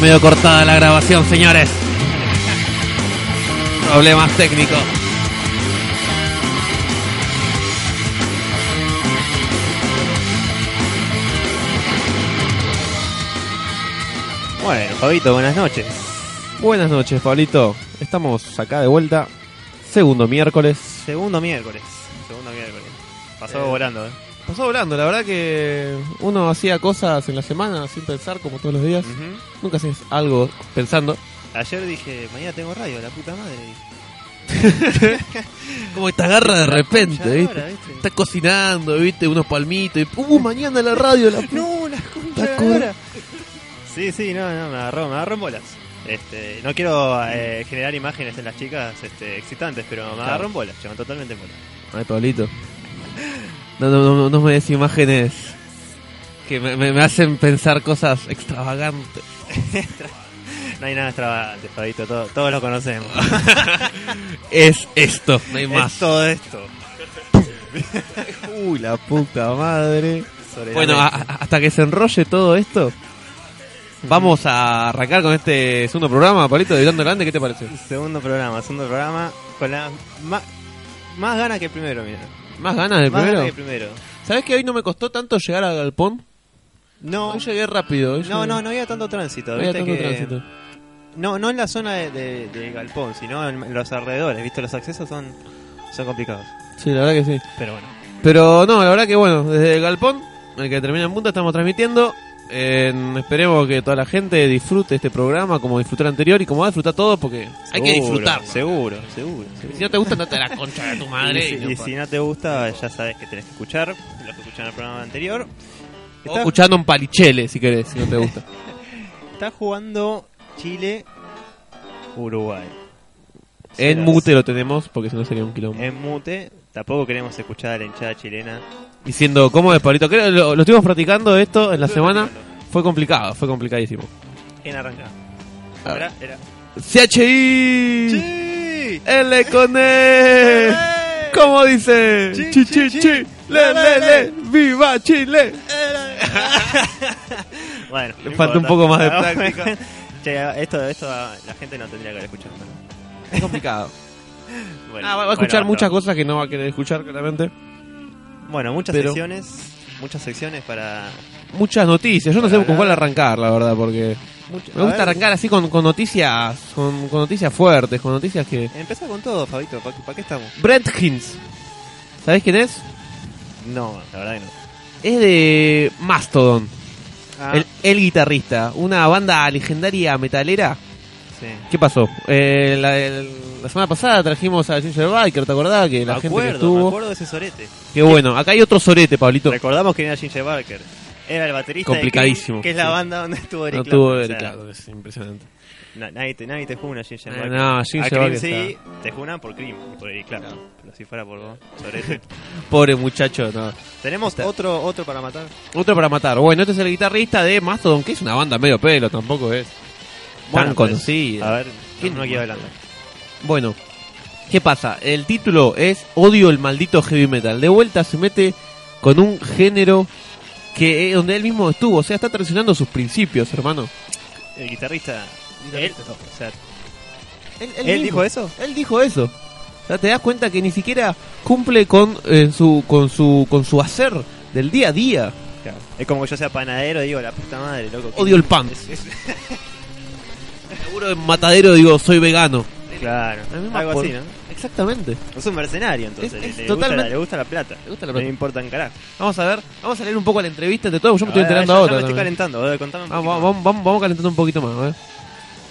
Medio cortada la grabación, señores. Problemas técnicos. Bueno, Fabito, buenas noches. Buenas noches, Pablito. Estamos acá de vuelta. Segundo miércoles. Segundo miércoles. Segundo miércoles. Pasó Eh. volando, ¿eh? Pasó volando, la verdad que uno hacía cosas en la semana sin pensar, como todos los días. Ujú. Nunca haces algo pensando. Ayer dije, mañana tengo radio, la puta madre. dije. Como que te agarra de Ya repente, ahora, ¿viste? ¿viste? Estás cocinando, ¿viste? Unos palmitos y ¡uh! Mañana la radio, la puta! No, la concha Está de cor- ahora. Sí, sí, no, no, me agarró, me agarró en bolas. Este, no quiero eh, generar imágenes en las chicas este, excitantes, pero me agarró en bolas, chaval, totalmente en bolas. Ay, Pablito. No, no, no, no me des imágenes que me, me- me hacen pensar cosas extravagantes. No hay nada extravagante, Fabito, todo- todos lo conocemos. Es esto, no hay Es más. todo esto. Uy, la puta madre. Sobre la Bueno, ah. mesa. a- a- hasta que se enrolle todo esto, vamos a arrancar con este segundo programa, Pablito, de Dando Grande, ¿qué te parece? Segundo programa, segundo programa con la ma- más ganas que el primero, mira. ¿Más ganas del Más ganas que el primero? primero. ¿Sabes que hoy no me costó tanto llegar al galpón? No, Hoy llegué rápido. hoy no, llegué- no, no había tanto tránsito, no había viste tanto que- tránsito. No, no en la zona de, de- de Galpón, sino en los alrededores, viste, los accesos son, son complicados. Sí, la verdad que sí. Pero bueno. Pero no, la verdad que bueno, desde el galpón, el que termina en punta, estamos transmitiendo. En- esperemos que toda la gente disfrute este programa como disfrutó el anterior y como va a disfrutar todo porque hay que Seguro, disfrutar. Seguro, seguro. seguro. Si no te gusta, andate a la concha de tu madre. y, si- no y pa- si no te gusta, ya sabes que tenés que escuchar, los que escucharon el programa anterior. o Está, escuchando un palichele si querés, si no te gusta. está jugando Chile, Uruguay. En mute lo tenemos porque si no sería un quilombo. En mute, tampoco queremos escuchar a la hinchada chilena. Diciendo, ¿cómo es, Pablito? Creo que lo, lo estuvimos practicando esto en la semana. Fue complicado, fue complicadísimo. En arranca. Ah. Era, era. CHI ¡Sí! L con E. ¿Cómo dice? Chi, Chi, chi, chi, chi. chi. Le, le, le. Viva Chile. Bueno, Le no falta un importa. poco más de Ah, práctica. che, esto, esto la gente no tendría que haber escuchado. ¿no? Es complicado. Bueno, Ah, va a escuchar bueno, muchas bueno. cosas que no va a querer escuchar claramente. Bueno, muchas pero- secciones. Muchas secciones para. Muchas noticias. Yo no sé Para con cuál hablar. arrancar, la verdad, porque mucho- me a gusta ver, arrancar así con, con noticias, con, con noticias fuertes, con noticias que Empezá con todo, Fabito. ¿Para qué estamos? Brent Hinz. ¿Sabés quién es? No, la verdad que no. Es de Mastodon, Ah, el, el guitarrista, una banda legendaria metalera. sí. ¿Qué pasó? Eh, la, el- la semana pasada trajimos a Ginger Biker, ¿te acordás? Que la me gente que acuerdo, me estuvo. acuerdo de ese sorete. Qué bueno, acá hay otro sorete, Pablito. Recordamos que era Ginger Barker. Era el baterista. de Complicadísimo, King, que es la sí. banda donde estuvo Eric No tuvo Clapton, o Eric sea, Clapton, es impresionante. na- nadie, te, nadie te juna, Ginger Eh, Barker. no, Ginger A Cream Barker sí, te junan por Cream y por Eric Clapton. Pero si fuera por vos, sorete. Pobre muchacho, no. Tenemos otro, otro para matar. Otro para matar. Bueno, este es el guitarrista de Mastodon, que es una banda medio pelo, tampoco es Bueno, tan pues, A conocida. ver, ¿Quién- ¿quién no aquí hablando? Bueno, ¿qué pasa? El título es Odio el maldito heavy metal. De vuelta se mete con un género que eh, donde él mismo estuvo, o sea, está traicionando sus principios, hermano. El guitarrista. Él, Guitarrista, o sea, Él, ¿él dijo eso. Él dijo eso. O sea, te das cuenta que ni siquiera cumple con eh, su con su con su hacer del día a día. Es como que yo sea panadero y digo, la puta madre, loco. Odio el pan. Es- es- Seguro en matadero digo, soy vegano. claro, La misma algo por- así, ¿no? Exactamente. Es un mercenario, entonces. Es- le- es le, Gusta la, totalmente- le gusta la plata. Le gusta la No plata. le importa un carajo. Vamos a ver, vamos a leer un poco la entrevista entre todos, yo me A estoy ver, enterando ya- ya ahora. me estoy también. Ah, calentando, a ver, contame un Vamos, poquito vamos, vamos, vamos calentando un poquito más, a ver.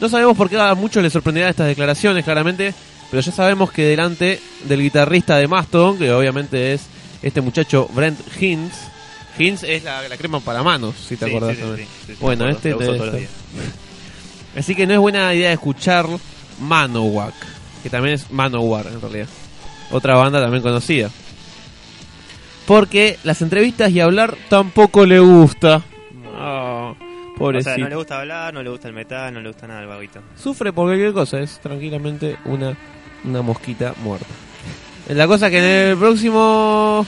No sabemos por qué a muchos les sorprenderá estas declaraciones, claramente, pero ya sabemos que delante del guitarrista de Mastodon, que obviamente es este muchacho Brent Hinz, Hinz es la, la crema para manos, si te Sí, acordás sí, sí, también. sí, sí, sí, Bueno, me acuerdo, este la uso te- todos los días. Así que no es buena idea escuchar Manowar, que también es Manowar en realidad. Otra banda también conocida. Porque las entrevistas y hablar tampoco le gusta. Ah, O sea, pobrecito. no le gusta hablar, no le gusta el metal, no le gusta nada el vaguito. Sufre por cualquier cosa, es tranquilamente una, una mosquita muerta. La cosa que en el próximo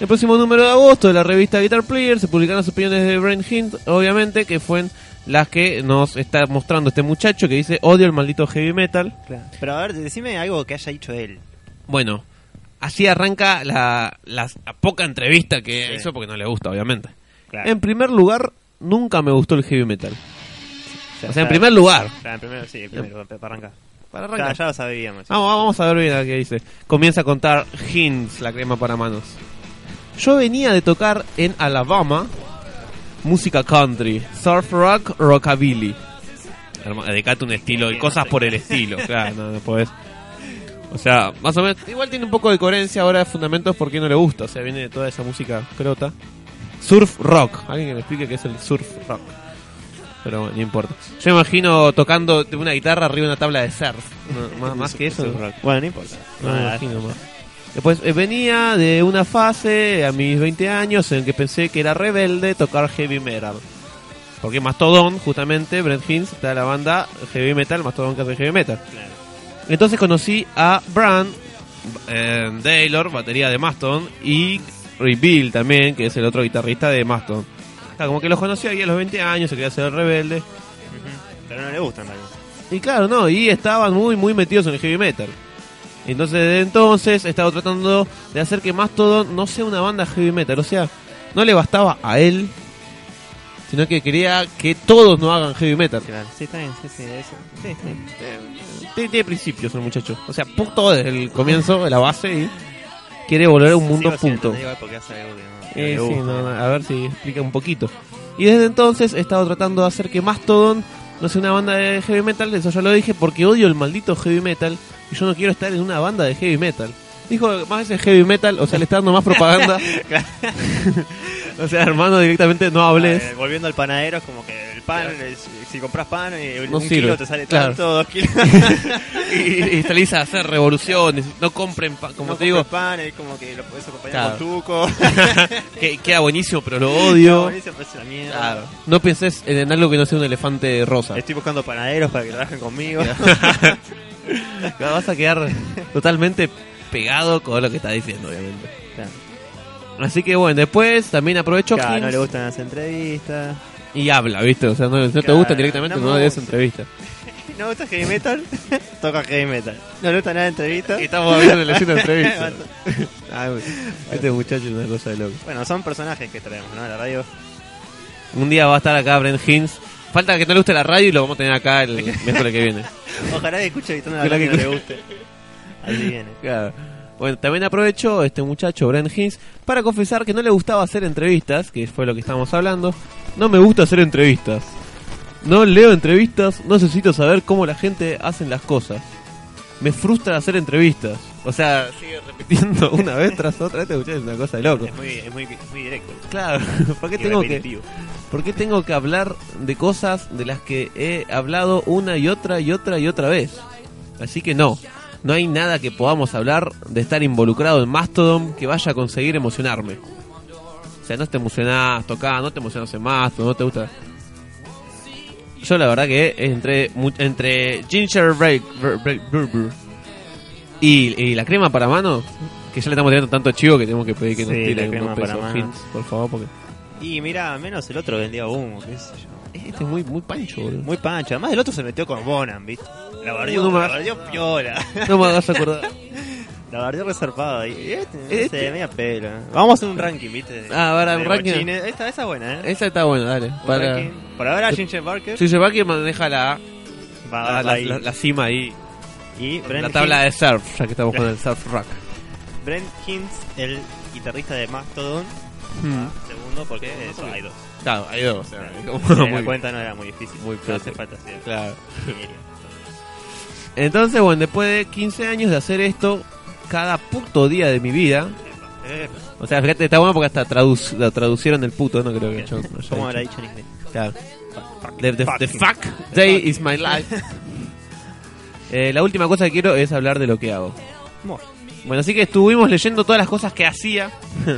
el próximo número de agosto de la revista Guitar Player se publicaron las opiniones de Brain Hint, obviamente, que fueron las que nos está mostrando este muchacho que dice odio el maldito heavy metal. Pero a ver, decime algo que haya dicho él. Bueno, así arranca la, la poca entrevista que Sí. hizo porque no le gusta, obviamente. Claro. En primer lugar, nunca me gustó el heavy metal. Ya O sea, en está. primer lugar. Claro, en primero, sí, en primero, para arrancar. Para Claro, ya lo sabíamos. Vamos, Ah, vamos a ver bien a qué dice. Comienza a contar Hinds, la crema para manos. Yo venía de tocar en Alabama música country, surf rock, rockabilly. Herma- Dedicate un estilo y cosas por el estilo. Claro, no, no podés. O sea, más o menos. Igual tiene un poco de coherencia ahora de fundamentos porque no le gusta. O sea, viene de toda esa música crota. Surf rock. Alguien que me explique qué es el surf rock. Pero bueno, no importa. Yo me imagino tocando de una guitarra arriba de una tabla de surf. No, más, más que eso. Rock. Bueno, no importa. No Ah, me imagino más. Después eh, venía de una fase a mis 20 años en que pensé que era rebelde tocar heavy metal. Porque Mastodon, justamente, Brent Hinz, está de la banda heavy metal, Mastodon que hace heavy metal. claro. Entonces conocí a Brand, eh, Taylor, batería de Mastodon, y Reveal también, que es el otro guitarrista de Mastodon. O sea, como que los conocí ahí a los 20 años, se quería hacer rebelde. Ujú. Pero no le gustan algo. Y claro, no, y estaban muy, muy metidos en el heavy metal. Entonces, desde entonces, he estado tratando de hacer que Mastodon no sea una banda heavy metal. O sea, no le bastaba a él, sino que quería que todos no hagan heavy metal. Claro. Sí, está bien, sí, sí, eso. Sí, está bien. Tiene, tiene principios el muchacho. O sea, punto desde el comienzo, de la base, y quiere volver a un mundo Sigo sin punto. entender igual por qué hace algo que no- que no Eh, le sí, gusta. Ah, no, no, a ver si explica un poquito. Y desde entonces he estado tratando de hacer que Mastodon no sea una banda de heavy metal, eso ya lo dije, porque odio el maldito heavy metal y yo no quiero estar en una banda de heavy metal. Dijo más veces heavy metal, o sea, le está dando más propaganda. o sea, hermano, directamente no hables. Eh, volviendo al panadero, es como que el pan, eh, si- si compras pan, eh, No un sirve. kilo te sale Claro. tanto, dos kilos. Ah, y, y salís a hacer revoluciones, no compren, pa- como No te digo, compras pan, es como que lo puedes acompañar Claro. con tuco. que queda buenísimo, pero lo odio. Buenísimo, pero es una pues, mierda. Claro. No pienses en, en algo que no sea un elefante rosa. Estoy buscando panaderos para que trabajen conmigo. Vas a quedar totalmente pegado con lo que está diciendo, obviamente. Claro. Así que bueno, después también aprovechó Claro, no Hinz le gustan las entrevistas. y habla, ¿viste? O sea, no, no te Claro, gusta directamente, no no me des gusta. entrevista. No le gusta heavy metal, toca heavy metal. No le gusta nada de entrevistas. Estamos hablando de la escena de entrevista. Ay, güey, este muchacho es una cosa de loco. Bueno, son personajes que traemos, ¿no? A la radio. Un día va a estar acá Brent Hinz. Falta que no le guste la radio y lo vamos a tener acá el miércoles que viene. Ojalá que escuche evitando la Ojalá radio que que le guste. Ahí viene. Claro. Bueno, también aprovechó este muchacho, Brent Hinz, para confesar que no le gustaba hacer entrevistas, que fue lo que estábamos hablando. No me gusta hacer entrevistas. No leo entrevistas, no necesito saber cómo la gente hace las cosas. Me frustra hacer entrevistas. O sea, sigue repitiendo una vez tras otra. Este muchacho es una cosa de loco. Es muy, es muy, es muy directo. Claro, ¿por qué Y tengo que, repetitivo. ¿Por qué tengo que hablar de cosas de las que he hablado una y otra y otra y otra vez? Así que no, no hay nada que podamos hablar de estar involucrado en Mastodon que vaya a conseguir emocionarme. O sea, no te emocionás tocá, no te emocionás en Mastodon, no te gusta. Yo la verdad que entre, mu- entre Ginger Break, Break- Break- Break- Break y, y la crema para mano, que ya le estamos teniendo tanto chivo que tenemos que pedir que nos Sí, la tiren crema unos para pesos, mano. Hints, por favor, porque... Y mira, menos el otro vendía humo, qué sé yo. Este es muy, muy pancho, boludo. Muy pancho. Además, el otro se metió con Bonan, ¿viste? La bardió, No la más. bardió piola. No me hagas acordar. La bardió reservada. Y este, no Este. sé, media pela. Vamos a hacer un ranking, ¿viste? Ah, ahora un De ranking. bochines. Esta, esa es buena, ¿eh? Esa está buena, dale. Un Para... ranking. Por ahora, Ginger Barker. Si se va que maneja la, va, va la, la, Ah, ahí. la- la cima ahí. y Brent la tabla Hinds- de surf, ya que estamos con el surf rock. Brent Hinds, el guitarrista de Mastodon. Hmm. Segundo, porque eso, hay dos. Claro, hay dos. o sea, Si como te das muy- cuenta no era muy difícil. Muy no hace fácil. falta hacer. Claro. ingeniería. Entonces, bueno, después de 15 años de hacer esto, cada puto día de mi vida. Eh, O sea, fíjate, está bueno porque hasta traduc- la traducieron el puto, no creo que yo. no haya ¿Cómo habrá dicho. dicho en inglés? Claro. The, the- Fuck. the fuck day is my life. Eh, la última cosa que quiero es hablar de lo que hago. Bueno, Bueno, así que estuvimos leyendo todas las cosas que hacía.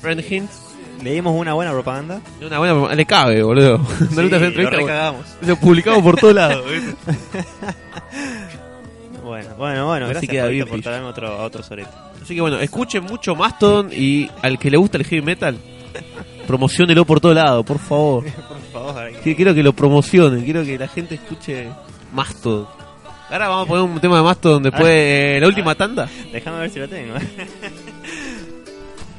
Friend Hints. Le dimos una buena propaganda. Una buena, le cabe, boludo. No le Sí, das lo entrevista, boludo. recagamos. Lo publicamos por todos lados. ¿viste? Bueno, bueno, bueno. Así gracias que por David por traerme otro, a otro sorete. Así que bueno, escuchen mucho Mastodon y al que le gusta el heavy metal, promocionelo por todos lados, por favor. Por favor, ahí. Sí, Quiero que lo promocionen, quiero que la gente escuche Mastodon. Ahora vamos a poner un tema de Mastodon después de la última tanda. déjame ver si lo tengo.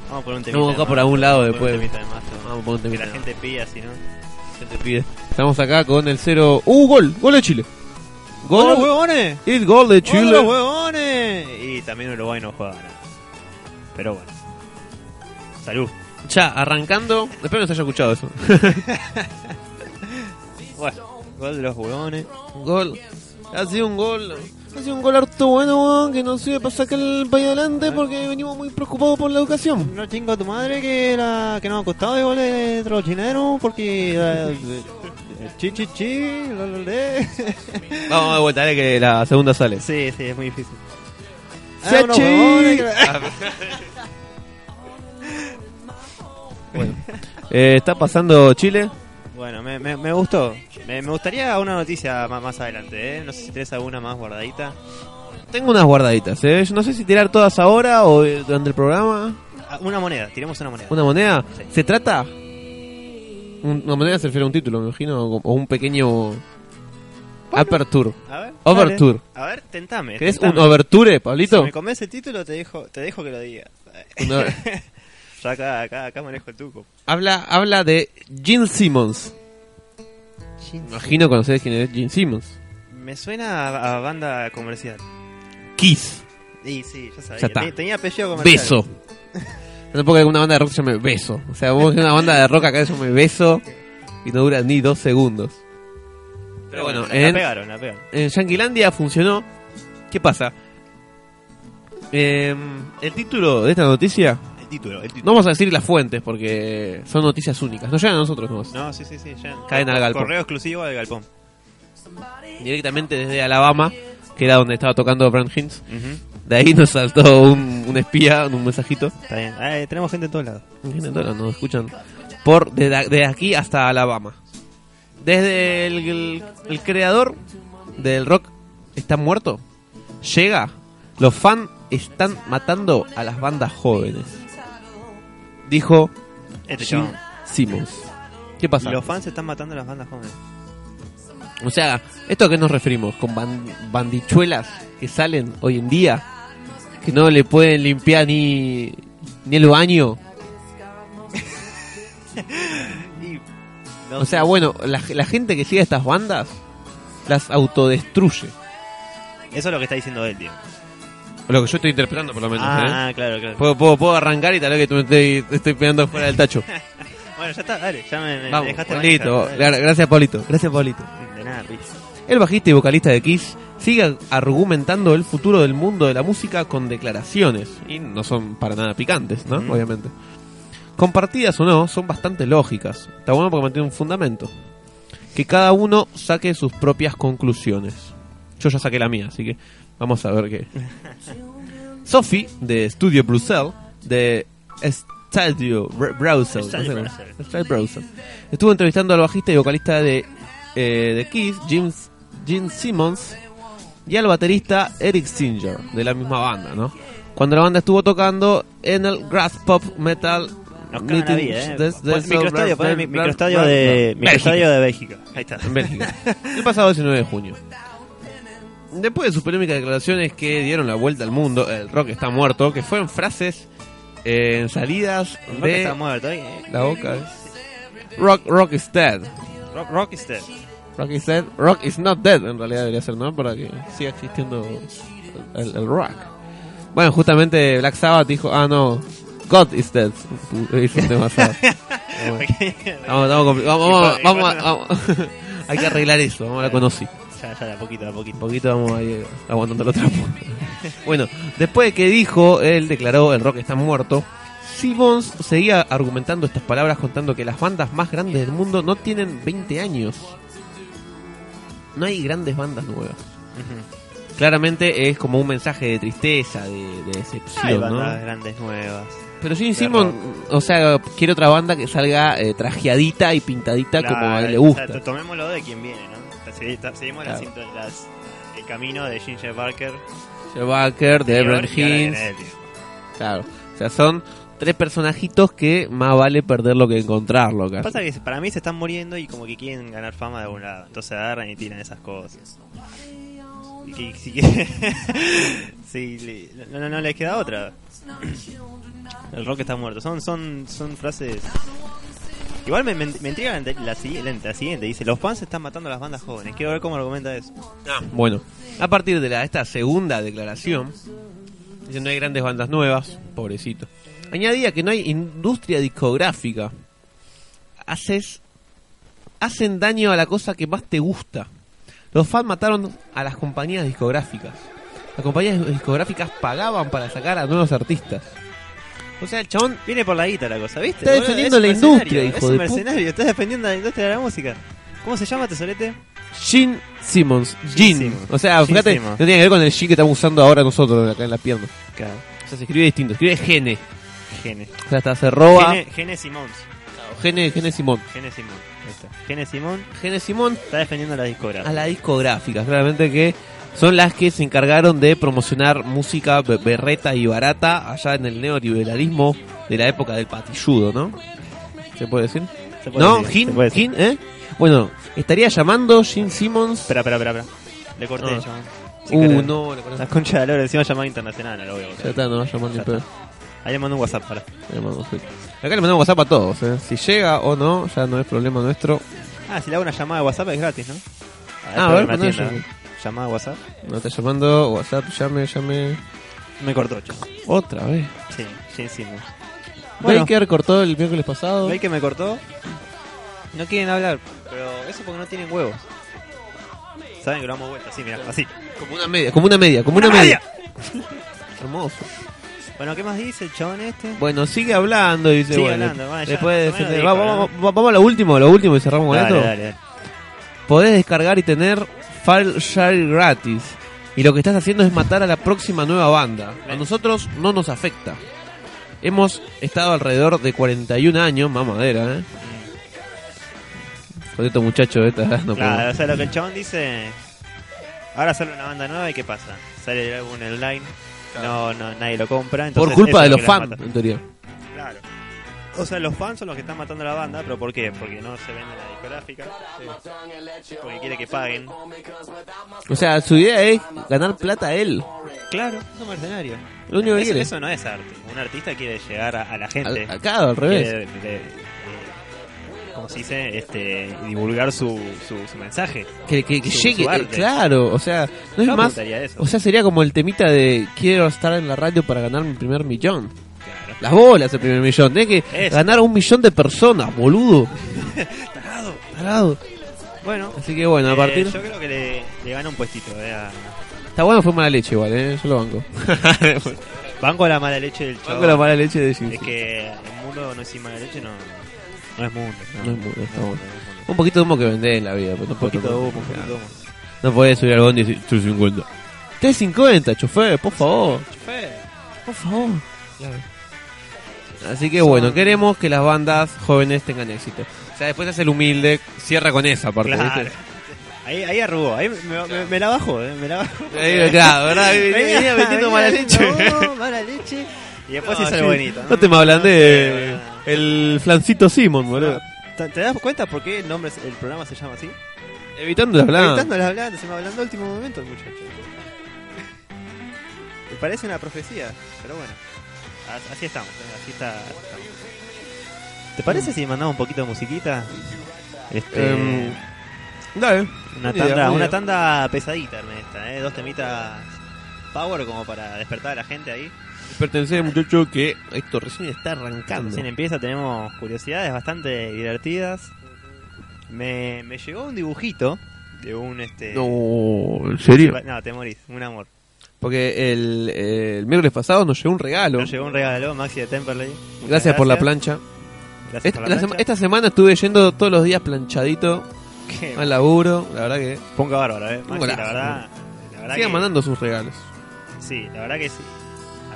Vamos por un temita. Vamos acá de por más. algún lado Por un después. temita de más, Vamos por un Que temita. la gente pilla, si no. Te pide. Estamos acá con el cero. ¡Uh, gol! ¡Gol de Chile! ¡Gol! ¡Oh, huevones! ¡El gol de Chile! huevones! Y también Uruguay no juega nada. Pero bueno. Salud. Ya, arrancando. Espero que se haya escuchado eso. Bueno, gol de los huevones. Un gol. Ha sido un gol. Ha sido un gol harto bueno, weón, que nos sirve para sacar el país adelante porque venimos muy preocupados por la educación. No chingo a tu madre que, la, que nos ha costado de gol de trochinero porque. eh, chi, chi, chi, lo, lo, le. Vamos de vuelta, dale que la segunda sale. Sí, sí, es muy difícil. Se Ah, unos huevones que- Bueno. Eh, está pasando Chile. Bueno, me, me, me gustó. Me, me gustaría una noticia más, más adelante, ¿eh? No sé si tenés alguna más guardadita. Tengo unas guardaditas, eh. Yo no sé si tirar todas ahora o eh, durante el programa. Ah, Una moneda, tiremos una moneda. ¿Una moneda? Sí. ¿Se trata? Un- Una moneda se refiere a un título, me imagino, o o un pequeño aperture. A ver. Overture. dale. A ver, tentame. ¿Qué es un tentame. overture, Si Pablito? me convence el título, te dejo, te dejo que lo diga. Un over- Yo acá, acá, acá manejo el tuco. habla, habla de Gene Simmons. Imagino conocer quién es Gene Simmons. Me suena a, a banda comercial. Kiss. Y sí, ya sabía. Ya está. Te- Tenía apellido comercial. Beso. Yo tampoco hay una banda de rock que se llame Beso. O sea, vos ves una banda de rock acá que se llame Beso y no dura ni dos segundos. Pero bueno, la, en, pegaron, la pegaron. en Yanquilandia funcionó. ¿Qué pasa? Eh, el título de esta noticia, El título, el título. no vamos a decir las fuentes porque son noticias únicas, no llegan a nosotros nomás. No, sí, sí, sí. Ya. Cadena al galpón. Correo exclusivo al galpón. Directamente desde Alabama, que era donde estaba tocando Brand Hinds, de ahí nos saltó un, un espía, un mensajito. Está bien. Ah, eh, tenemos gente en todos lados. Imagínate, ahora nos escuchan por desde de aquí hasta Alabama. Desde el, el- el creador del rock está muerto, llega. Los fans están matando a las bandas jóvenes. Dijo Este Jim chabón. Simmons. ¿Qué pasa? Los fans están matando a las bandas jóvenes. O sea, ¿esto a qué nos referimos? Con ban- bandichuelas que salen hoy en día, que no le pueden limpiar ni, ni el baño. Y- O sea, bueno, la, la gente que sigue a estas bandas las autodestruye. Eso es lo que está diciendo él, tío. Lo que yo estoy interpretando, por lo menos. Ah, ¿eh? ah, claro, claro. puedo, puedo- puedo arrancar y tal vez que tú me estoy, estoy pegando fuera del tacho. Bueno, ya está, dale, ya me, me Vamos, dejaste Pablito. manejar, Gra- Gracias, Pablito. Gracias, Pablito. dale. De nada, Riz. El bajista y vocalista de Kiss sigue argumentando el futuro del mundo de la música con declaraciones, y no son para nada picantes, ¿no? Mm. Obviamente. Compartidas o no, son bastante lógicas. Está bueno porque mantiene un fundamento. Que cada uno saque sus propias conclusiones. Yo ya saqué la mía, así que vamos a ver qué. Sophie, de Studio Bruxelles, de Stadio Br- Bruxelles, Stadio no sé cómo- Bruxelles. Stadio Bruxelles, estuvo entrevistando al bajista y vocalista de, eh, de Kiss, James, Gene Simmons, y al baterista Eric Singer, de la misma banda, ¿no? Cuando la banda estuvo tocando en el Grass Pop Metal Nos cagan la Meeting vida, eh. de- de- Pon- microestadio, pon el mi- Bla- microestadio bla- de, bla- microestadio de Bélgica. Ahí está. en Bélgica. El pasado 19 de junio. Después de sus polémicas declaraciones que dieron la vuelta al mundo, el rock está muerto, que fueron frases eh, en salidas Rock de está muerto. eh. la boca. de- Rock, rock is dead. Rock, rock is dead. Rock is dead. Rock is not dead, en realidad debería ser, ¿no? Para que siga existiendo el, el rock. Bueno, justamente Black Sabbath dijo, ah, no, God is dead. Hizo un tema Sabbath. Bueno. Vamos, estamos compli- vamos, Y pa- y pa- vamos, vamos, vamos. Hay que arreglar eso, vamos a la conocí. ya, ya, de a poquito, de a Un poquito. poquito vamos a ir aguantando los trapos. bueno, después de que dijo, él declaró el rock está muerto, Simmons seguía argumentando estas palabras contando que las bandas más grandes del mundo no tienen 20 años. No hay grandes bandas nuevas. Ujú. Claramente es como un mensaje de tristeza, de, de decepción, Hay ¿no? bandas grandes nuevas. Pero Gene Claro. Simmons, o sea, quiere otra banda que salga eh, trajeadita y pintadita como a él le o sea, gusta. to- tomémoslo de quien viene, ¿no? Segui- ta- Seguimos la Claro. sinto- las- el camino de Ginger Barker. Joe señor, Baker, Debron y ahora Hinds, viene él, tío. claro. O sea, son tres personajitos que más vale perderlo que encontrarlo. casi. Pasa que se- para mí se están muriendo y como que quieren ganar fama de algún lado. Entonces agarran y tiran esas cosas. Y que- si que- sí, le- no, no, no les queda otra. El rock está muerto. Son, son, son frases. Igual me, me, me intriga la, ante- la siguiente, la siguiente. Dice: Los fans están matando a las bandas jóvenes. Quiero ver cómo argumenta eso. Ah, Bueno, a partir de la- esta segunda declaración, dice no hay grandes bandas nuevas, pobrecito. Añadía que no hay industria discográfica. Haces, hacen daño a la cosa que más te gusta. Los fans mataron a las compañías discográficas. Las compañías discográficas pagaban para sacar a nuevos artistas. O sea, el chabón Viene por la guita la cosa, ¿viste? Está boludo? defendiendo Es un la mercenario, industria, hijo es un de mercenario, estás defendiendo la industria de la música. ¿Cómo se llama, tesorete? Gene Simmons, Gene Gene, Simmons. o sea, Gene fíjate, Simmons. no tiene que ver con el Gene que estamos usando ahora nosotros acá en la pierna. O sea, se escribe distinto, escribe Gene. Gene. O sea, hasta se roba. Gene, Gene Simón. Gene, Gene Simón. Gene Simón. Ahí está. Gene Simón Gene Simón está defendiendo la a discográfica. la discográfica, claramente que son las que se encargaron de promocionar música be- berreta y barata allá en el neoliberalismo de la época del patilludo, ¿no? ¿Se puede decir? ¿Se puede ¿No? decir? ¿Gin? ¿Se puede decir? ¿Gin? ¿Eh? Bueno, estaría llamando Gene Simmons. Espera, espera, espera. espera. Le corté, Ah. chabón. Sin Uh, querer. no, la conozco. La concha de la hora, encima llamada internacional, no lo voy a Ya botar. está, no va a llamar ni Ya pedo. Ahí le mando un WhatsApp para. Le mandamos- Acá le mandamos WhatsApp a todos, ¿eh? Si llega o no, ya no es problema nuestro. Ah, si le hago una llamada de WhatsApp es gratis, ¿no? ver, Ah, a espero ver, que me poné atienda. eso. Llamada de WhatsApp. No está llamando, WhatsApp, llame, llame. Me cortó, chabón. Otra vez. Sí, Gene Simón. Baker cortó el miércoles pasado. ¿Veis que me cortó? No quieren hablar, pero eso porque no tienen huevos. Saben que lo damos vuelta, así, mira, así. Como una media, como una media, como una, ¡Una media. Hermoso. Bueno, ¿qué más dice el chabón este? Bueno, sigue hablando y dice, Sigue bueno, hablando, bueno, ya, después de más o menos defender- dijo, va- va- va- va- vamos a lo último, lo último y cerramos con dale, esto. dale, dale. Podés descargar y tener file share gratis. Y lo que estás haciendo es matar a la próxima nueva banda. A nosotros no nos afecta. Hemos estado alrededor de 41 años, mamadera, ¿eh? Con estos muchachos, ¿eh? Está- no Claro, puedo. o sea, lo que el chabón dice. Ahora sale una banda nueva y ¿qué pasa? Sale el álbum online, no, no, nadie lo compra. Por entonces eso culpa de es lo los que las fans, mata. en teoría. Claro. O sea, los fans son los que están matando a la banda, pero ¿por qué? Porque no se vende la discográfica. Porque quiere que paguen. O sea, su idea es ganar plata a él. Claro, es un mercenario. Lo único que eso, quiere. eso no es arte. Un artista quiere llegar a, a la Al, gente. acá, al revés. Quiere, de- de- de- como se dice, este, divulgar su, su, su mensaje. que, que- que Su- llegue, su eh, arte. claro, o sea, no es Yo más, apuntaría a eso. o sea, sería como el temita de quiero estar en la radio para ganar mi primer millón. Claro. Las bolas el primer millón, tenés que Eso. ganar un millón de personas, boludo. Tarado. Bueno, Así que bueno, a eh, partir yo creo que le, le gana un puestito. Eh, a- está bueno fue mala leche igual, eh, yo lo banco. Banco la mala leche del banco la chavo. mala leche de Jim. Es que el mundo no es sin mala leche, no, no es mundo. No, No es mundo, está bueno. es mundo. Un poquito de humo que vendés en la vida, pero no Un poquito de podés- humo, un poquito de humo. No podés subir al bondi y decir 350. 350, chofer, por favor. Por favor. Así que bueno, queremos que las bandas jóvenes tengan éxito. O sea, después hace el humilde, cierra con esa parte. Claro. ¿viste? Ahí, ahí arrugó, ahí me, me- me la bajo, eh, me la bajo. Ahí, claro, ¿verdad? Ahí Venía, venía metiendo mala leche. No, mala leche. Y después hizo el sí. bonito. No te me hablan sé, de bueno. el flancito Simon, boludo. ¿Te te das cuenta por qué el nombre, el programa se llama así? Evitando las Evitando blancas. las hablantes, se me hablando al último momento el muchacho. Me parece una profecía, pero bueno. A- Así estamos, eh, así está. estamos. ¿Te parece si mandamos un poquito de musiquita? Este, Em, Dale. una buena idea, tanda, buena una idea. tanda pesadita, Ernesta, eh, dos temitas power como para despertar a la gente ahí. Pertenece muchacho que esto recién está arrancando. Recién empieza, tenemos curiosidades bastante divertidas. Me, me llegó un dibujito de un este No, en serio. no, te morís, un amor. Porque el, eh, el miércoles pasado nos llegó un regalo. Nos llegó un regalo, Maxi de Temperley. Muchas gracias, por la plancha. Gracias Esta, por la la sema- plancha. esta semana estuve yendo todos los días planchadito Qué al laburo. La verdad que. Ponga bárbaro, eh. Maxi, la golazo. verdad. La verdad Sigan que- mandando sus regalos. Sí, la verdad que sí.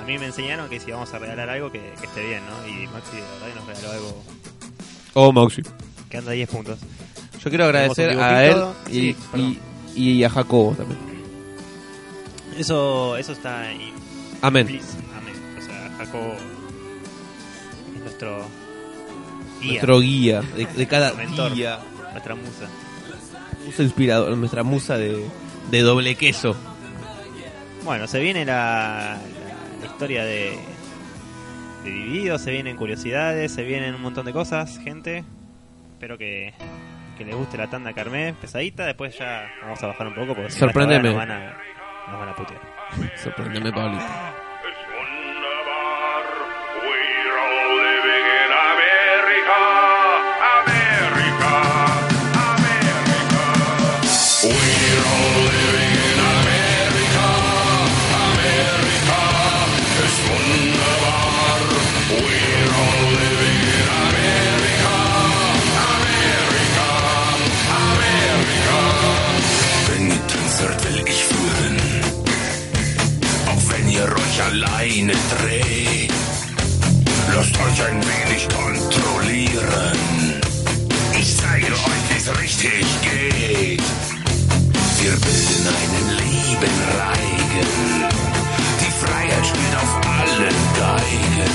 A mí me enseñaron que si vamos a regalar algo, que, que esté bien, ¿no? Y Maxi, la verdad que nos regaló algo Oh, Maxi. que anda a 10 puntos. Yo quiero agradecer Tenemos un a él dibujito. y, Sí, perdón. y- y a Jacobo también. Eso, eso está ahí. Amén. Please, amén. O sea, Jacobo es nuestro guía, Nuestro guía de, de cada Mentor. día. nuestra musa. Musa inspirador, nuestra musa de, de doble queso. Bueno, se viene la, la- la historia de, de Dividido, se vienen curiosidades, se vienen un montón de cosas, gente. Espero que, que les guste la tanda Carmé, pesadita. Después ya vamos a bajar un poco porque si no, hasta ahora Sorpréndeme. nos van a, nos van a putear. Sorpréndeme, Pablito. It's wunderbar. We're all living in America. America. America. We're all living in America. America. It's wunderbar. We're all living in America. America. America. Wenigstens will ich führen auch wenn ihr euch alleine dreht. Lasst euch ein wenig kontrollieren. Ich zeige euch, wie es richtig geht. Wir bilden einen lieben Reigen. Die Freiheit spielt auf allen Geigen.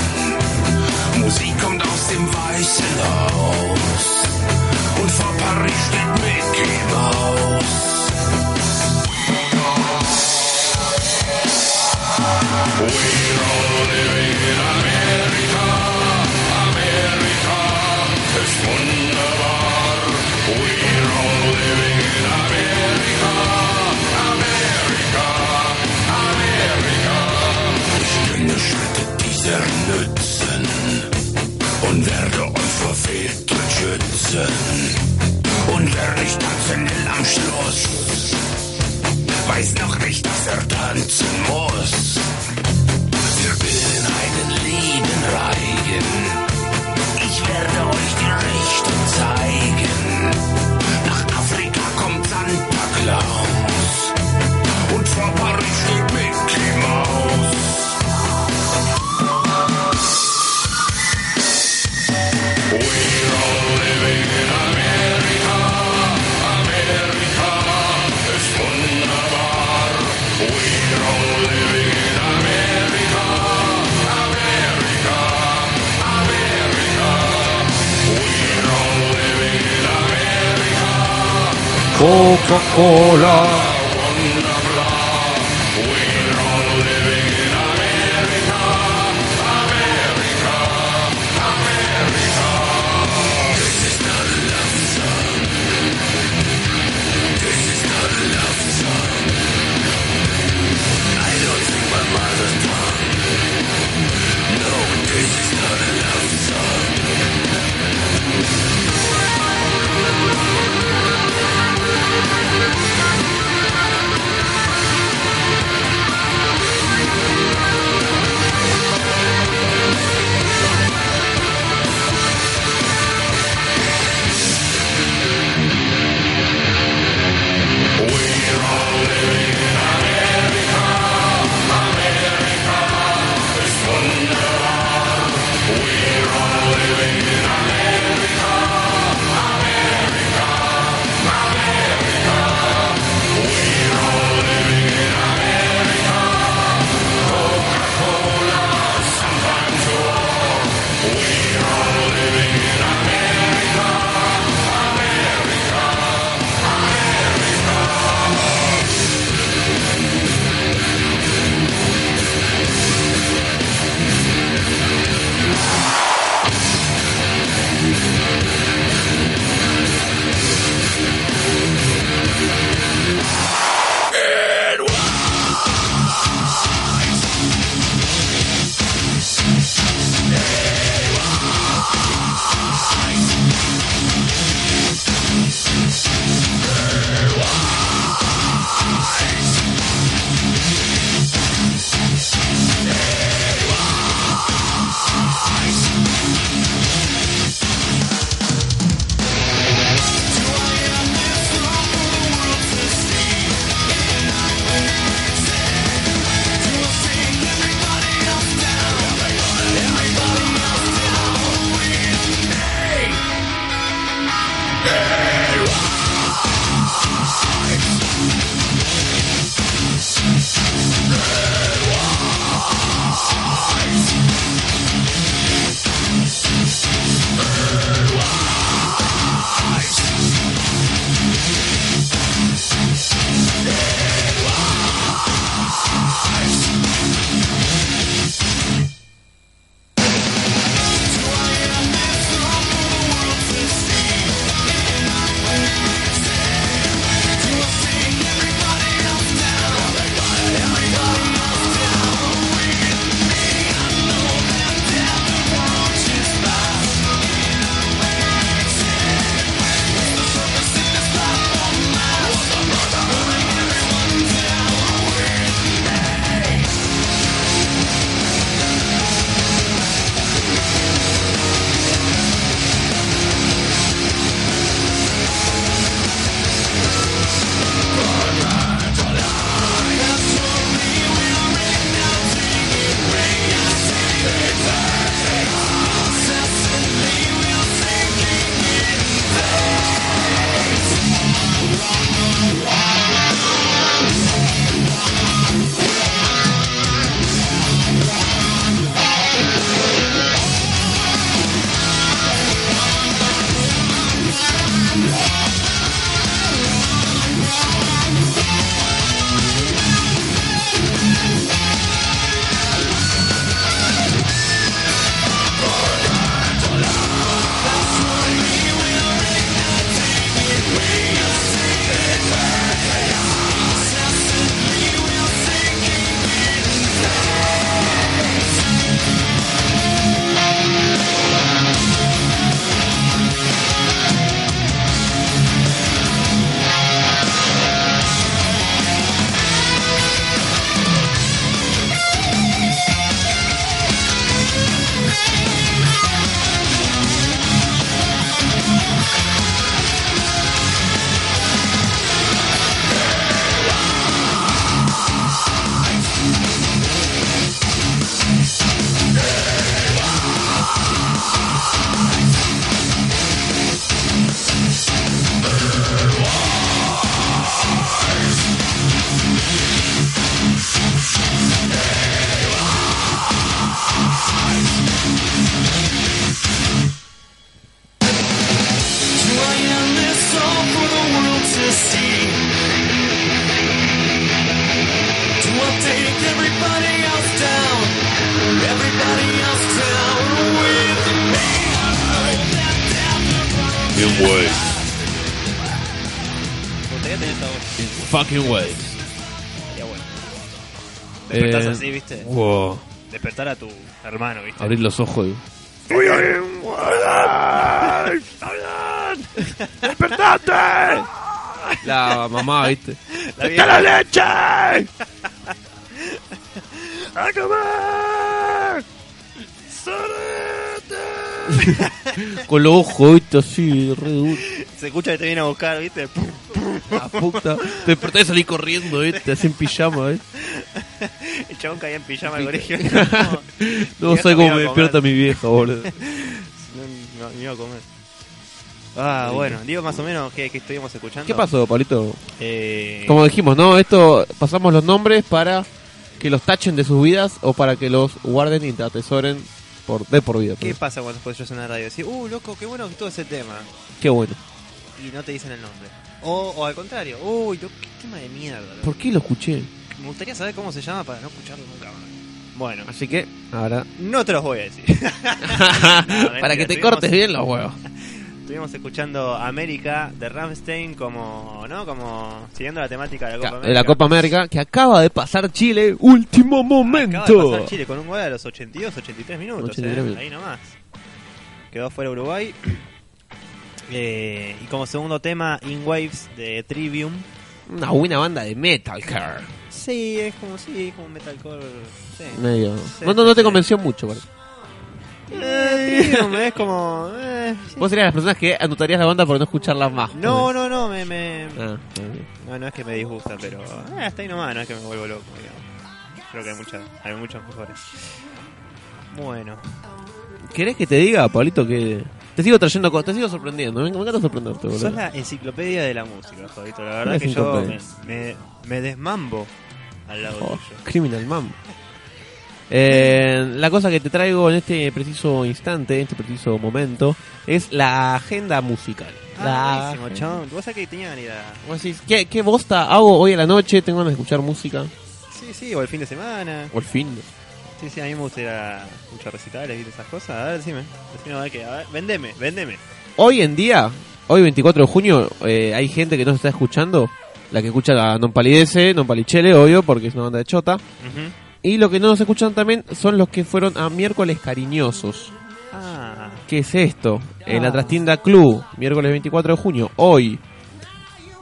Musik kommt aus dem Weißen Haus. Und vor Paris steht Mickey Mouse. Dünne Schritte dieser nützen und werde euch vor Fehltritt schützen. Und wer nicht tanzt, findet am Schluss, weiß noch nicht, dass er tanzen muss. Wir bilden einen lieben Reigen. Ich werde euch die Richtung zeigen. Nach Afrika kommt Santa Claus. Und vor Paris steht Mickey Mouse. Coca-Cola. We're all living in America. America. America. It's wunderbar. We're all living in America. America. America. It's wunderbar. We're all living in America. America. America. It's wunderbar. We're all living in America. America. America. It's wunderbar. We're all living in America. America. America. It's wunderbar. We're all living in America. America. America. It's wunderbar. We're all living in America. America. America. It's wunderbar. We're all living in America. America. America. It's wunderbar. We're all living in America. America. America. It's wunderbar. We're all living in America. America. America. It's wunderbar. We're all living in America. America. America. It's wunderbar. We're all living in America. America. America. It's wunderbar. We're all living in America. America. America. It's wunderbar. We're all living in America. America. America. It's wunderbar. We're all living in America. America. Ameri esa voz. Fucking way. Estaría bueno. Despertás Eh, así, ¿viste? Wow. Despertar a tu hermano, ¿viste? Abrir los ojos. y- La mamá, viste. La vieja, leche! Con los ojos, viste, así, re duro. se escucha que te viene a buscar, ¿viste? Pum. La puta. Te desperté y salí corriendo, viste, así en pijama, ¿eh? El chabón caía en pijama al colegio. No Vieja, sé me iba cómo me a comer. despierta mi vieja, boludo. No, no, me iba a comer. Ah, bueno, digo más o menos que, estuvimos escuchando. ¿Qué pasó, Pablito? Eh, Como dijimos, ¿no? Esto pasamos los nombres para que los tachen de sus vidas o para que los guarden y te atesoren por, de por vida. ¿Qué pues. pasa cuando escuchas en la radio? Decís, uh, loco, qué bueno que estuvo ese tema. Qué bueno. Y no te dicen el nombre. O, o al contrario, uy, loco, qué tema de mierda. loco". ¿Por qué lo escuché? Me gustaría saber cómo se llama para no escucharlo nunca más. Bueno, Así que, ahora. no te los voy a decir. para que te cortes bien los huevos. Estuvimos escuchando América de Rammstein como, ¿no? Como siguiendo la temática de la Copa Ca- América. De la Copa América que acaba de pasar Chile, último Acaba de momento. pasar Chile con un gol a los 82, 83 minutos. 83 eh, minutos. Ahí nomás. Quedó fuera Uruguay. Eh, y como segundo tema, In Waves de Trivium. Una buena banda de metalcore. Sí, es como, sí, es como un metalcore. Sí. Medio. No, no, no te convenció mucho, parece. Eh, Trivium es como. eh, sí. Vos serías las personas que anotarías la banda por no escucharla más. No, no, no, me, me- Ah, bien. No, no es que me disgusta, pero. eh, hasta ahí nomás, no es que me vuelvo loco. digamos. Creo que hay, muchas, hay muchos mejores. Bueno, ¿Querés que te diga, Pablito, que te sigo trayendo cosas, te sigo sorprendiendo? Me, me encanta sorprenderte, boludo. Sos la enciclopedia de la música, Fabito. La verdad Una que yo me, enciclopedia. me- me desmambo al lado Oh, tuyo. criminal Mam. Eh, la cosa que te traigo en este preciso instante, en este preciso momento, es la agenda musical. Ah, la buenísimo, chabón. Vos sabés que tenía que ir a... Vos decís, ¿qué, ¿qué bosta hago hoy a la noche? Tengo ganas de escuchar música. Sí, sí, o el fin de semana. O el fin. Sí, sí, a mí me gusta ir a muchos recitales y esas cosas. A ver, decime. Decime, a ver, qué, a ver, vendeme, vendeme. Hoy en día, hoy 24 de junio, eh, hay gente que no está escuchando. La que escucha la Non Palidece, Non Palichele, obvio, porque es una banda de chota. Ujú. Y lo que no nos escuchan también son los que fueron a miércoles cariñosos. Ah, ¿Qué es esto? En la Trastienda Club, miércoles 24 de junio, hoy.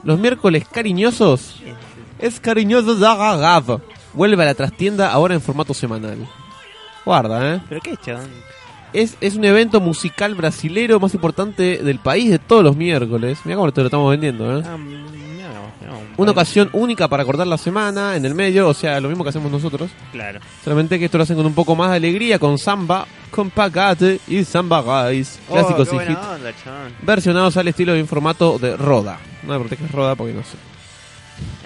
Los miércoles cariñosos es cariñoso Zagagav. Vuelve a la Trastienda ahora en formato semanal. Guarda, ¿eh? pero qué, chabón. Es, es un evento musical brasilero más importante del país de todos los miércoles. Mira cómo te lo estamos vendiendo, ¿eh? Ah, mirá vos, mirá vos. Una ocasión única para cortar la semana en el medio, o sea, lo mismo que hacemos nosotros. Claro. Solamente que esto lo hacen con un poco más de alegría, con samba, con pagate y samba guys. Clásicos oh, qué y hits buena onda, chabón. versionados al estilo y en formato de roda. No me protejas roda porque no sé.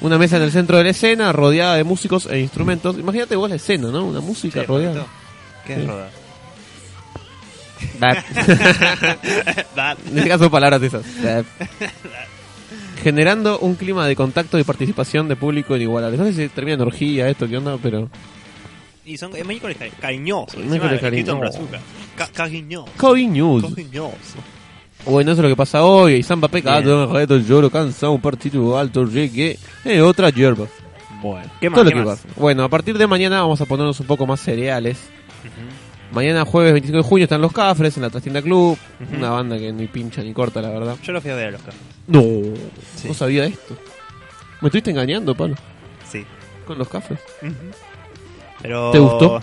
Una mesa en el centro de la escena, rodeada de músicos e instrumentos. Imagínate vos la escena, ¿no? Una música Sí, rodeada. ¿Qué Sí. es rodar? Dap. Dap. en este caso, palabras de esas. Dap. Generando un clima de contacto y participación de público inigualable. No sé si termina en orgía esto, qué onda, pero... Y son es miércoles cari- cariñosos. Miércoles encima, escrito en cariñosos. brazuca. Ca- Cariñosos. Coviñud. Cariñosos. Bueno, eso es lo que pasa hoy. Y Samba Peca, Bien. reto, lloro, cansado, un partido alto, reggae, eh, otra hierba. Bueno, ¿qué más? Todo lo qué que más? pasa. Bueno, a partir de mañana vamos a ponernos un poco más cereales. Mañana jueves 25 de junio están los Cafres en la Trastienda Club, una banda que ni pincha ni corta, la verdad. Yo lo fui a ver a los Cafres. No, Sí. no sabía esto. Me estuviste engañando, Pablo, Sí. con los Cafres. Pero... ¿Te gustó?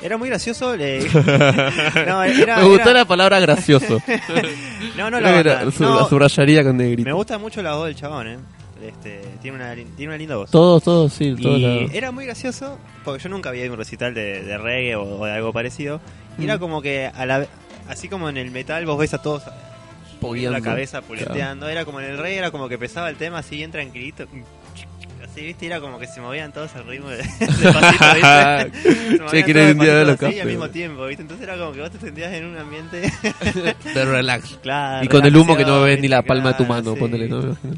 Era muy gracioso. le- no, era, Me gustó era- la palabra gracioso. No, no, Creo la que banda, era- su- no, la subrayaría con negrito. Me gusta mucho la voz del chabón, eh. Este, tiene, una, lin- tiene una linda voz. Todos, todos, sí, todos. Y era muy gracioso, porque yo nunca había ido a un recital de, de reggae o, o de algo parecido. Y Mm. era como que, a la, así como en el metal, vos ves a todos moviendo la cabeza, puleteando. Era como en el reggae, era como que pesaba el tema así bien tranquilito. Así, viste, era como que se movían todos al ritmo de, de pasito, ¿viste? Se movían quiero todos de ir un día pasito a ver los así Cafres, al mismo boludo. tiempo, ¿viste? Entonces era como que vos te sentías en un ambiente... De relax. claro, Y con el humo que no relajación, ves ni la palma de tu claro, mano, sí. ponele, ¿no? Me imagino.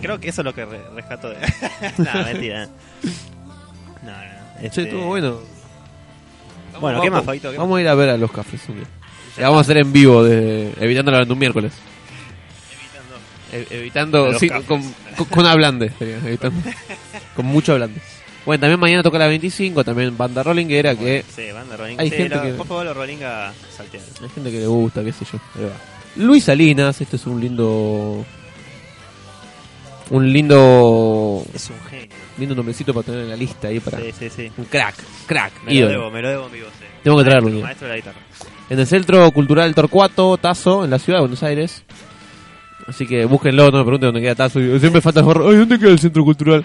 Creo que eso es lo que re- rescato de... no, mentira. No, no, no. Che, Este, estuvo bueno. Bueno, ¿qué más, Fabito? ¿Qué Vamos a ir a ver a los cafres un día. La vamos a hacer en vivo, de, evitando la de un miércoles. más? Evitando. E- evitando, Los sí, cafres. con, con, con hablandes, sería, evitando. con mucho hablante. Bueno, también mañana toca la 25, también banda rollinguera, que Sí, banda Rolinga. Hay Sí, gente lo- que- Por favor, los Rolinga saltean. hay gente que le gusta, qué sé yo. ahí va. Luis Salinas, este es un lindo... Un lindo... Es un genio. Lindo nombrecito para tener en la lista ahí para... Sí, sí, sí. Un crack, crack, Me ídolo. lo debo, me lo debo en vivo, sí. Tengo que traerlo, Maestro, ya. maestro de la guitarra. En el Centro Cultural Torcuato, Tazo, en la ciudad de Buenos Aires. Así que búsquenlo, no me pregunten dónde queda Tazo. Siempre falta el barro. Ay, ¿dónde queda el Centro Cultural?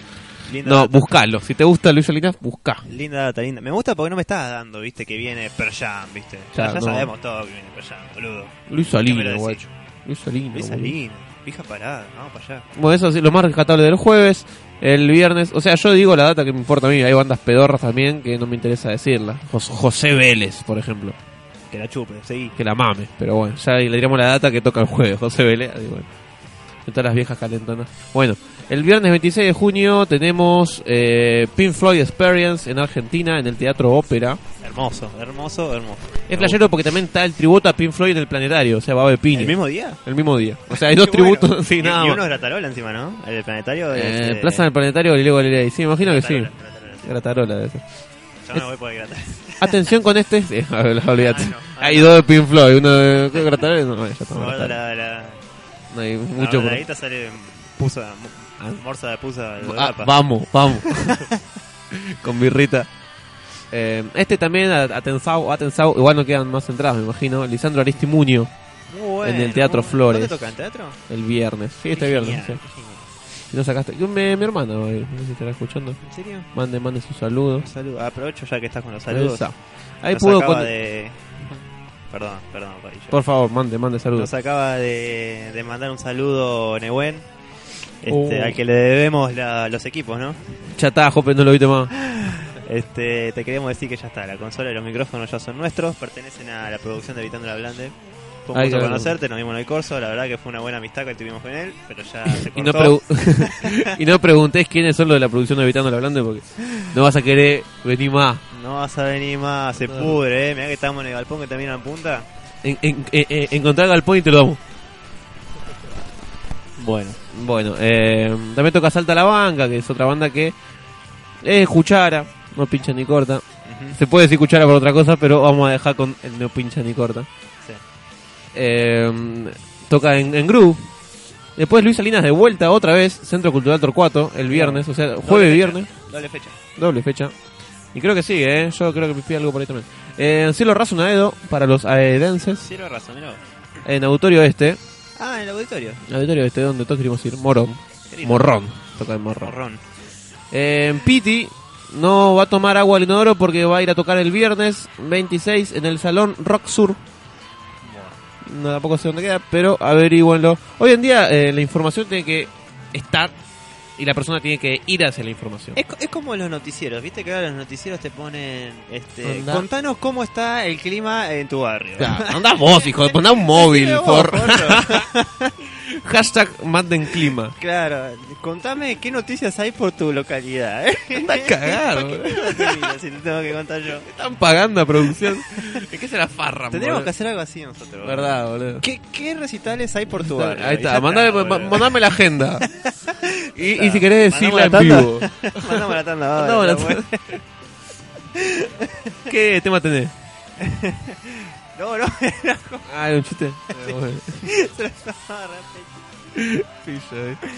Linda No, data. buscalo. Si te gusta Luis Salinas, busca. Linda data, linda. Me gusta porque no me estás dando, viste, que viene Per Jam, viste. Ya, Claro, ya no. sabemos todo que viene Per Jam, boludo. Luis ¿Qué me lo Salinas, decís? guacho. Luis Salinas. Luis boludo. Salina, fija parada, vamos para allá. Bueno, eso es lo más rescatable del jueves. El viernes, o sea, yo digo la data que me importa a mí. Hay bandas pedorras también que no me interesa decirla. Jos- José Vélez, por ejemplo. Que la chupe, seguí. Que la mame, pero bueno, ya le diremos la data que toca el jueves, José Vélez. Y bueno, de todas las viejas calentonas. Bueno, el viernes 26 de junio tenemos eh, Pink Floyd Experience en Argentina, en el Teatro Ópera. Hermoso, hermoso, hermoso. Me Es playero porque también está el tributo a Pink Floyd en el planetario, o sea, va a haber gusta. piña. ¿El mismo día? El mismo día. O sea, hay dos Qué tributos, bueno. sí, Y- nada Y más. uno es Gratarola encima, ¿no? El planetario. Eh, este, Plaza del Planetario Galileo Galilei. Sí, me imagino que sí. Este Gratarola, Gratarola, sí. Gratarola debe ser. Yo me voy por el Gratarola. Atención con este. Sí, olvídate. Ah, no. Ah, Hay no. dos de Pink Floyd, uno de ¿qué, Gratarola. No, ya está, Me no, guardo está. la- la- No hay la mucho. por- bailadita sale pusa, mu- morsa de pusa. de Ah, papa. vamos, vamos. Con birrita. Eh, este también, a- Atenzao, Atenzao, igual no quedan más entradas, me imagino. Lisandro Aristimuño, Muy bueno, en el Teatro muy- Flores. ¿Dónde toca? ¿En teatro? el viernes. Sí, este Qué genial, viernes. sí. qué genial. Y no sacaste. Yo- Mi, mi hermana, va a ir, no sé si estará escuchando. ¿En serio? Mande, mande sus saludos. Un saludo. Aprovecho ya que estás con los saludos. Esa. Ahí Nos puedo. acaba con- de... Perdón, perdón, Parillo. Por favor, mande, mande saludos. Nos acaba de, de mandar un saludo Nehuen, este, Oh. al que le debemos la- los equipos, ¿no? Ya está, Jope, no lo viste más. Este, te queremos decir que ya está, la consola y los micrófonos ya son nuestros, pertenecen a la producción de Evitando la Blande. Fue un Ay, gusto claro. conocerte, nos vimos en el corso, la verdad que fue una buena amistad que tuvimos con él, pero ya se cortó. Y no, pregu- y no preguntéis quiénes son los de la producción de Evitando la Blanda porque no vas a querer venir más. No vas a venir más, se No. pudre, eh. Mirá que estamos en el galpón que termina en punta. En, en, eh, eh, encontrar Galpón y te lo damos. Bueno. Bueno, eh, también toca Salta la Banca, que es otra banda que eh, es cuchara, no pincha ni corta. Se puede decir cuchara por otra cosa, pero vamos a dejar con el no pincha ni corta. Sí. Eh, toca en, en Groove. Después Luis Salinas de vuelta otra vez, Centro Cultural Torcuato, el viernes, o sea, jueves, viernes. Doble fecha. Doble fecha. Y creo que sigue, ¿eh? Yo creo que me fui algo por ahí también. Eh, en Cielo Raso Aedo, para los aedenses. Cierro razón, mirá vos. En Auditorio Este. Ah, en el auditorio. Auditorio Este, donde todos queremos ir. Morón. Querido. Morrón. Toca en Morrón. Morrón. Eh, En Piti. No va a tomar agua al inodoro porque va a ir a tocar el viernes 26 en el Salón Rock Sur. No, tampoco sé dónde queda, pero averíguenlo. Hoy en día eh, la información tiene que estar y la persona tiene que ir hacia la información. Es, co- es como los noticieros, viste que ahora los noticieros te ponen, este, Onda. contanos cómo está el clima en tu barrio. Claro, andá vos, hijo, andá un móvil, Decime vos, por... forro. Hashtag manden clima. claro, contame qué noticias hay por tu localidad. ¿eh? Anda a cagar, ¿Por qué boludo. no te miro si te tengo que contar yo. Están pagando a producción. ¿De qué se la farran, Tendríamos boludo? que hacer algo así nosotros. Verdad, boludo. ¿Qué, qué recitales hay por tu barrio? Ahí Y ya está, mandame, boludo. ma- mandame la agenda. Y, Está. y si querés decirla en ¿Mandamos la vivo. tanda? Mandame la tanda. dale, Mandame la bueno. tanda. ¿Qué tema tenés? No, no, era como- Ah, era un chiste. Eh, bueno. se lo estaba re pecho.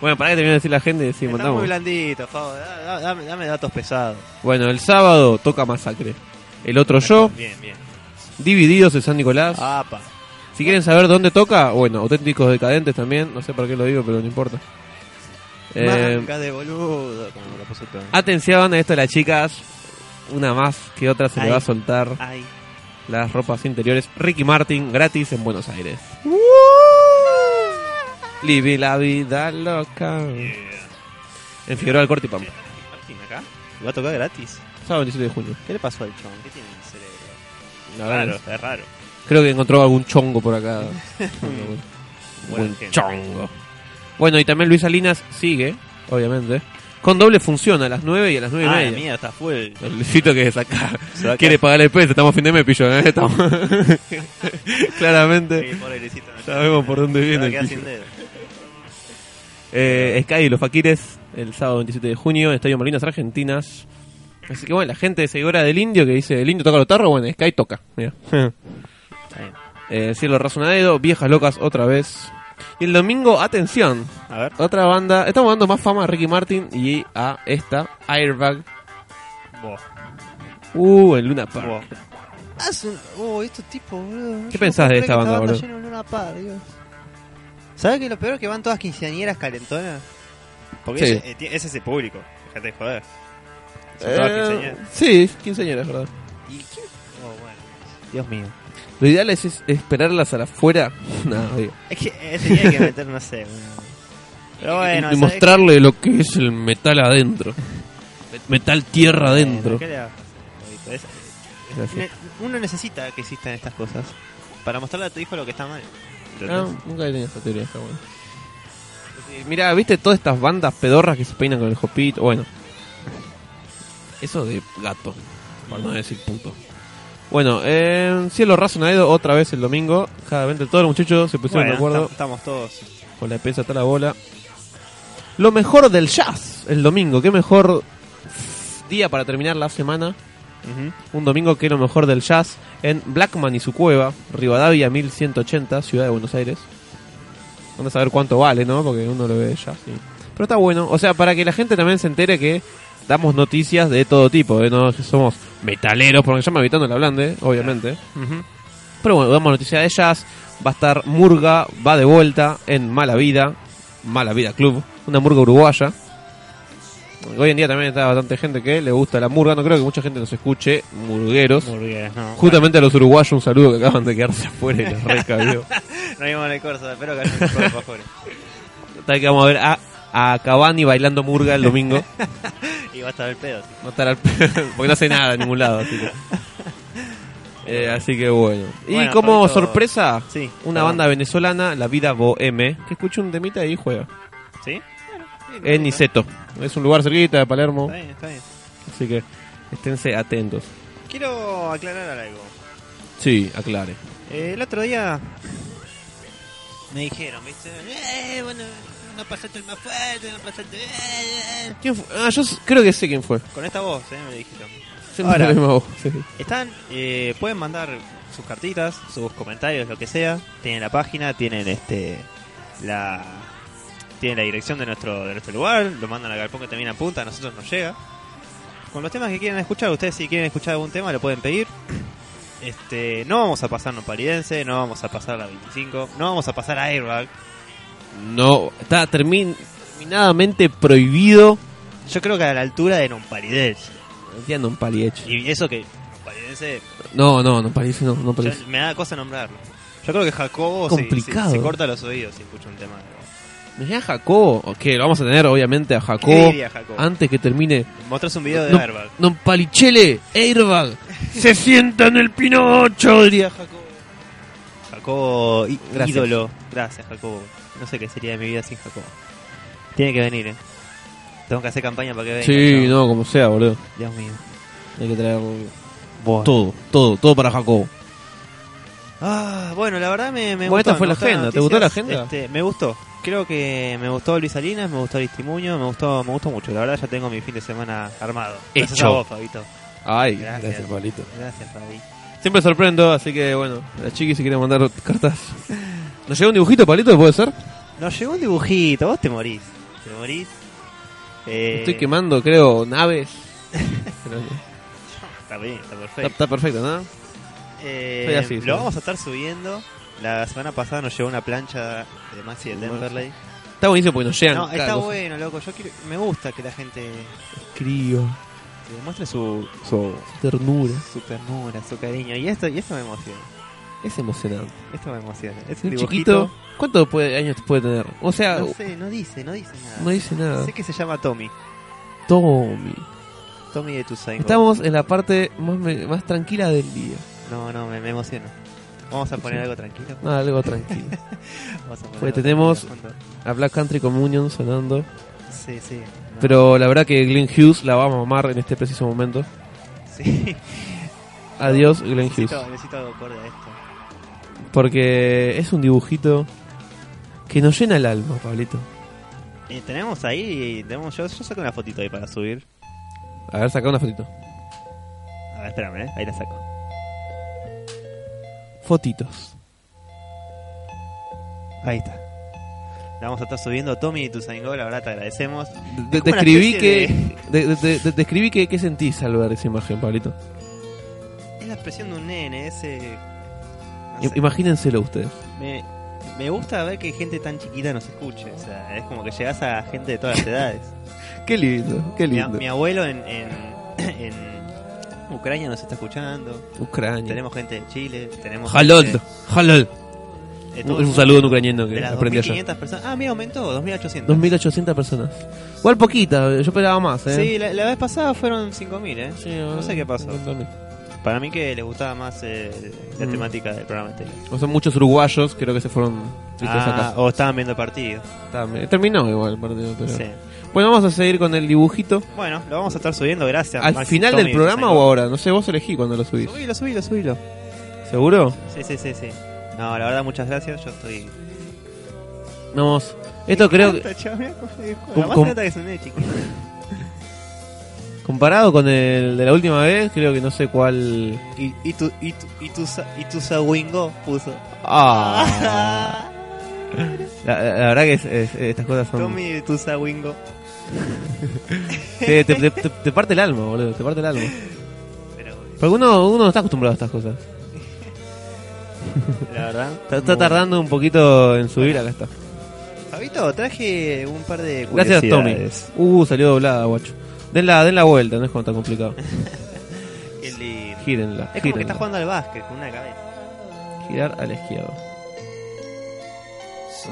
Bueno, para que termine de decir la agenda y decir, Está muy mandamos. blandito, Fabo. da- da- Dame, dame datos pesados. Bueno, el sábado toca Masacre. El otro yo, Bien, bien. Divididos de San Nicolás. Apa. Si quieren saber dónde toca, bueno, auténticos decadentes también, no sé para qué lo digo, pero no importa. Eh, Ah. Marca de boludo, como me lo puso todo. atención a esto de las chicas, una más que otra se le Ay. va a soltar Ay. las ropas interiores. Ricky Martin, gratis en Buenos Aires. Vive la vida loca. En Figueroa del Corte y Pampa, Martín, acá. Va a tocar gratis. sábado 27 de junio. ¿Qué le pasó al chon? ¿Qué tiene en el cerebro? La verdad Raro, es- es raro. Creo que encontró algún chongo por acá. Un Buena gente. chongo. Bueno, y también Luis Salinas sigue, obviamente. Con doble función a las 9 y a las 9 Ah, y la media. mía está full. El Luisito que es acá. Se va a Quiere pagar el peso, estamos a fin de mes, pillo. ¿eh? Estamos- Claramente. Sí, pobre Luisito, no Sabemos por dónde Se va a viene. el quedar pillo. sin dedo. Eh, Sky y los Faquires, el sábado 27 de junio, Estadio Malvinas Argentinas. Así que bueno, la gente seguidora del Indio que dice, el Indio toca los tarros, bueno, Sky toca. Mira. Está bien. Eh, Cielo Razonadedo, Viejas Locas otra vez. Y el domingo, atención, A ver. otra banda, estamos dando más fama a Ricky Martin y a esta, Airbag. Vos. Uh, en Luna Park. Vos. Haz un. Oh, estos tipos, boludo. ¿Qué pensás de esta banda, boludo? ¿Sabes que lo peor es que van todas quinceañeras calentonas? Porque Sí. ella- eh, ti- ese es el público. Fíjate, joder. Son todas Eh, quinceañeras. sí, quinceañeras, verdad. ¿Y qué? Oh, bueno. Dios mío. Lo ideal es, es esperarlas a la afuera. Nada, digo. Es que eh, tenía que meter, no sé. un- Pero bueno, y ¿sabés mostrarle lo que es el metal adentro. Metal tierra Bueno, adentro. ¿qué le hago? Oito, es- Gracias. ne- uno necesita que existan estas cosas para mostrarle a tu hijo lo que está mal. Ah, nunca tenía esa teoría, está bueno. Eh, Mirá, ¿viste todas estas bandas pedorras que se peinan con el hopito? Bueno. Eso de gato, por no decir puto. Bueno, eh, Cielo Razonadedo otra vez el domingo. Cada vez todos los muchachos se pusieron Bueno, de acuerdo. tam- estamos todos. Con la pesa está la bola. Lo mejor del jazz el domingo. Qué mejor día para terminar la semana. Un domingo que lo mejor del jazz en Blackman y su cueva, Rivadavia 1180, Ciudad de Buenos Aires. Vamos a ver cuánto vale, ¿no? Porque uno lo ve ya. sí. Pero está bueno. O sea, para que la gente también se entere que damos noticias de todo tipo. ¿eh? No que somos metaleros, porque ya me habitando el hablante, obviamente. Pero bueno, damos noticias de ellas. Va a estar Murga, va de vuelta en Mala Vida, Mala Vida Club, una murga uruguaya. Hoy en día también está bastante gente que le gusta la murga. No creo que mucha gente nos escuche, murgueros. Burgueras, no. Justamente a los uruguayos un saludo que acaban de quedarse afuera y les recabió. No vimos en el corso, espero que hayan un poco mejor. Tal que vamos a ver a, a Cavani bailando murga el domingo. Y va a estar el pedo. sí. No estará al- porque no hace nada en ningún lado. Así que, Eh, así que bueno. Y Bueno, como Pablito- sorpresa, Sí, una perdón. banda venezolana, La Vida Boheme, que escucha un temita y juega. ¿Sí? En Niceto. Es un lugar cerquita de Palermo. Está bien, está bien. Así que esténse atentos. Quiero aclarar algo. Sí, aclare. Eh, el otro día me dijeron, ¿viste? Eh, bueno, no pasaste el más fuerte, no pasaste. eh, eh". ¿Quién fue? Ah, yo s- creo que sé quién fue. Con esta voz, ¿eh? Me dijeron. Siempre Ahora. la misma voz, sí. Están, eh, pueden mandar sus cartitas, sus comentarios, lo que sea. Tienen la página, tienen este la tienen la dirección de nuestro de nuestro lugar, lo mandan al galpón que termina en punta, a nosotros nos llega. Con los temas que quieran escuchar, ustedes si quieren escuchar algún tema lo pueden pedir. Este, no vamos a pasar Nopalidense, no vamos a pasar la 25, no vamos a pasar Airbag. No, está termin- terminadamente prohibido. Yo creo que a la altura de Nopalidense. Ya no Paliech. Y eso que Nopalidense No, no, no parece, no, no Yo- parece. me da cosa nombrarlo. Yo creo que Jacobo se- Complicado. Se, se corta los oídos si escucha un tema. de- Me llega Jacobo, que lo vamos a tener obviamente a ¿Qué Jacobo diría Jacobo? antes que termine. Mostrás un video de no, Airbag. Don Palichele, airbag, se sienta en el pino 8, diría Jacobo. Jacobo, í- Gracias. ídolo. Gracias, Jacobo. No sé qué sería de mi vida sin Jacobo. Tiene que venir, eh. Tengo que hacer campaña para que venga. Sí, chabón. no, como sea, boludo. Dios mío. Hay que traer Bueno. todo, todo, todo para Jacobo. Ah, bueno, la verdad me, me Bueno, esta gustó, fue me la gustaron agenda. las ¿Te gustó la noticias. agenda? Este, me gustó. Creo que me gustó Luis Salinas, me gustó Aristimuño, me gustó, me gustó mucho. La verdad ya tengo mi fin de semana armado. Gracias Hecho. a vos, Fabito. Ay, Gracias. gracias, Palito. Gracias, Fabi. Siempre sorprendo, así que bueno, la chiqui si quiere mandar cartas. ¿Nos llega un dibujito, Palito? ¿Puede ser? Nos llegó un dibujito, vos te morís. Te morís. Eh, Estoy quemando, creo, naves. Pero Está bien, está está, perfecto. está perfecto, ¿no? Eh, Soy así, lo soy. vamos a estar subiendo. La semana pasada nos llegó una plancha de Maxi del Denverley. Está buenísimo porque nos llegan. No, cada está cosa. bueno, loco. Yo quiero- me gusta que la gente Crío, demuestre su, su, ternura. su ternura, su cariño. Y esto, y esto me emociona. Es emocionante. Esto me emociona. Es un Un dibujito. chiquito, ¿cuántos puede- años puede tener? O sea, No sé, no dice, no dice nada. no dice nada. Sé que se llama Tommy. Tommy. Tommy de Tusain. Bolt. Estamos en la parte más, me- más tranquila del día. No, no, me, me emociona. Vamos a poner algo tranquilo. No, Ah, algo tranquilo. Vamos a poner Porque algo tenemos- tranquilo de fondo. a Black Country Communion sonando. Sí, sí. no. Pero la verdad que Glenn Hughes la va a mamar en este preciso momento. Sí. Adiós, Glenn Hughes. Necesito, necesito algo acorde a esto. Porque es un dibujito que nos llena el alma, Pablito. Y Eh, tenemos ahí, tenemos, yo, yo saco una fotito ahí para subir. A ver, saca una fotito. A ver, espérame, ¿eh? ahí la saco. Fotitos. Ahí está. La vamos a estar subiendo Tommy y tu la verdad te agradecemos. De- Es como una describí especie que. de- de- de- de- describí que, qué sentís al ver esa imagen, Pablito. Es la expresión de un nene, ese... no I- sé. Imagínenselo ustedes. me, me gusta ver que gente tan chiquita nos escuche. O sea, es como que llegas a gente de todas las edades. Qué lindo, qué mi, a- lindo. mi abuelo en, en, en Ucrania nos está escuchando. Ucrania. Tenemos gente de Chile. Tenemos Jalol, gente- de jalol. Un, todo el un mundo. saludo en ucraniano De que las aprendí ayer. 2.500 personas. Ah, mira, aumentó, 2.800. 2.800 personas. Igual poquita, yo esperaba más, ¿eh? Sí, la, la vez pasada fueron 5.000, ¿eh? Sí, no sé qué pasó. también. Para mí que les gustaba más eh, la Mm. temática del programa este. O sea, muchos uruguayos creo que se fueron tristes Ah, o estaban viendo el partido. acá. También. Terminó igual el partido, pero- Sí. Bueno, vamos a seguir con el dibujito. Bueno, lo vamos a estar subiendo, gracias. ¿Al Maxi, final Tommy, del programa o Sango. ahora? No sé, vos elegí cuando lo subís. Subilo, subilo, subilo. ¿Seguro? Sí, sí, sí, sí. No, la verdad, muchas gracias. Yo estoy. Vamos. Esto creo que, La más com- neta que es un nene chiquito. comparado con el de la última vez, creo que no sé cuál... Y, y tu, y tu, y tu, sa- y tu sawingo puso. Ah. La, la verdad que es- es- estas cosas son... Tommy, tu sawingo. Te, te- te- te- te parte el alma, boludo, te parte el alma. Pero Porque uno, uno no está acostumbrado a estas cosas. la verdad. Está, está muy- tardando un poquito en subir, acá está. Fabito, traje un par de Gracias, Tommy. curiosidades. Uh, salió doblada, guacho. Den la, den la vuelta, no es como tan complicado. Qué lindo. Gírenla. Es como que gírenla. está jugando al básquet con una cabeza. Girar a la izquierda.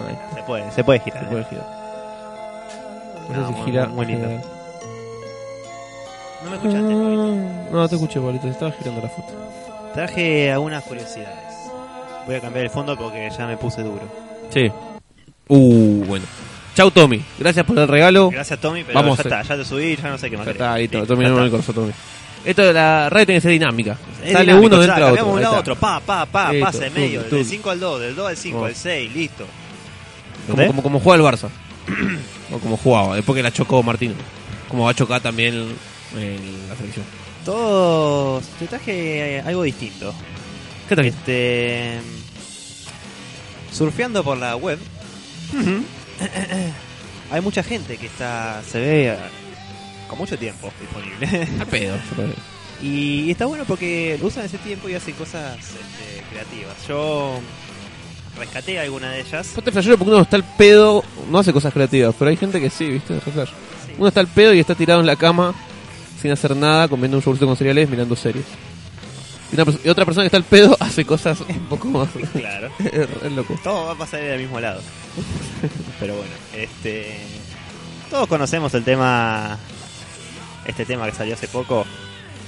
Ahí, Se puede, se puede girar. se ¿eh? puede girar. No, No, sé si muy- gira. eh. muy lindo. girar. No me escuchaste, Fabito. No, te escuché, bolito. Estaba girando la foto. Traje algunas curiosidades. Voy a cambiar el fondo porque ya me puse duro. Sí. Uh, bueno. Chau, Tommy. Gracias por el regalo. Gracias, Tommy, pero Vamos, ya está, ya te subí, ya no sé qué más. Ya querés. está, listo. Listo, Terminamos ya el está. coso, Tommy. Esto de la radio tiene que ser dinámica. Es Sale dinámico, uno, ya, entra otro. cambiamos Ahí uno a está. otro, pa, pa, pa, Listo, Oh. pasa en tú, medio, tú. del 5 al 2, del 2 al 5, Vamos. al 6, listo. Como, ¿Eh? como, como juega el Barça. o como jugaba, después que la chocó Martino. Como va a chocar también en la selección. Todos, te traje eh, algo distinto. ¿Qué tal? Este. Surfeando por la web, hay mucha gente que está, se ve eh, con mucho tiempo disponible. Al pedo. Y está bueno porque usan ese tiempo y hacen cosas este, creativas. Yo rescaté alguna de ellas. Yo te flasheo porque uno está al pedo, no hace cosas creativas, pero hay gente que sí, ¿viste? Re flash. Sí. Uno está al pedo y está tirado en la cama sin hacer nada, comiendo un yogurcito con cereales, mirando series. Y, una pers- y otra persona que está al pedo hace cosas un poco más... Claro. es re loco. Todo va a pasar del mismo lado. Pero bueno, este. Todos conocemos el tema. Este tema que salió hace poco.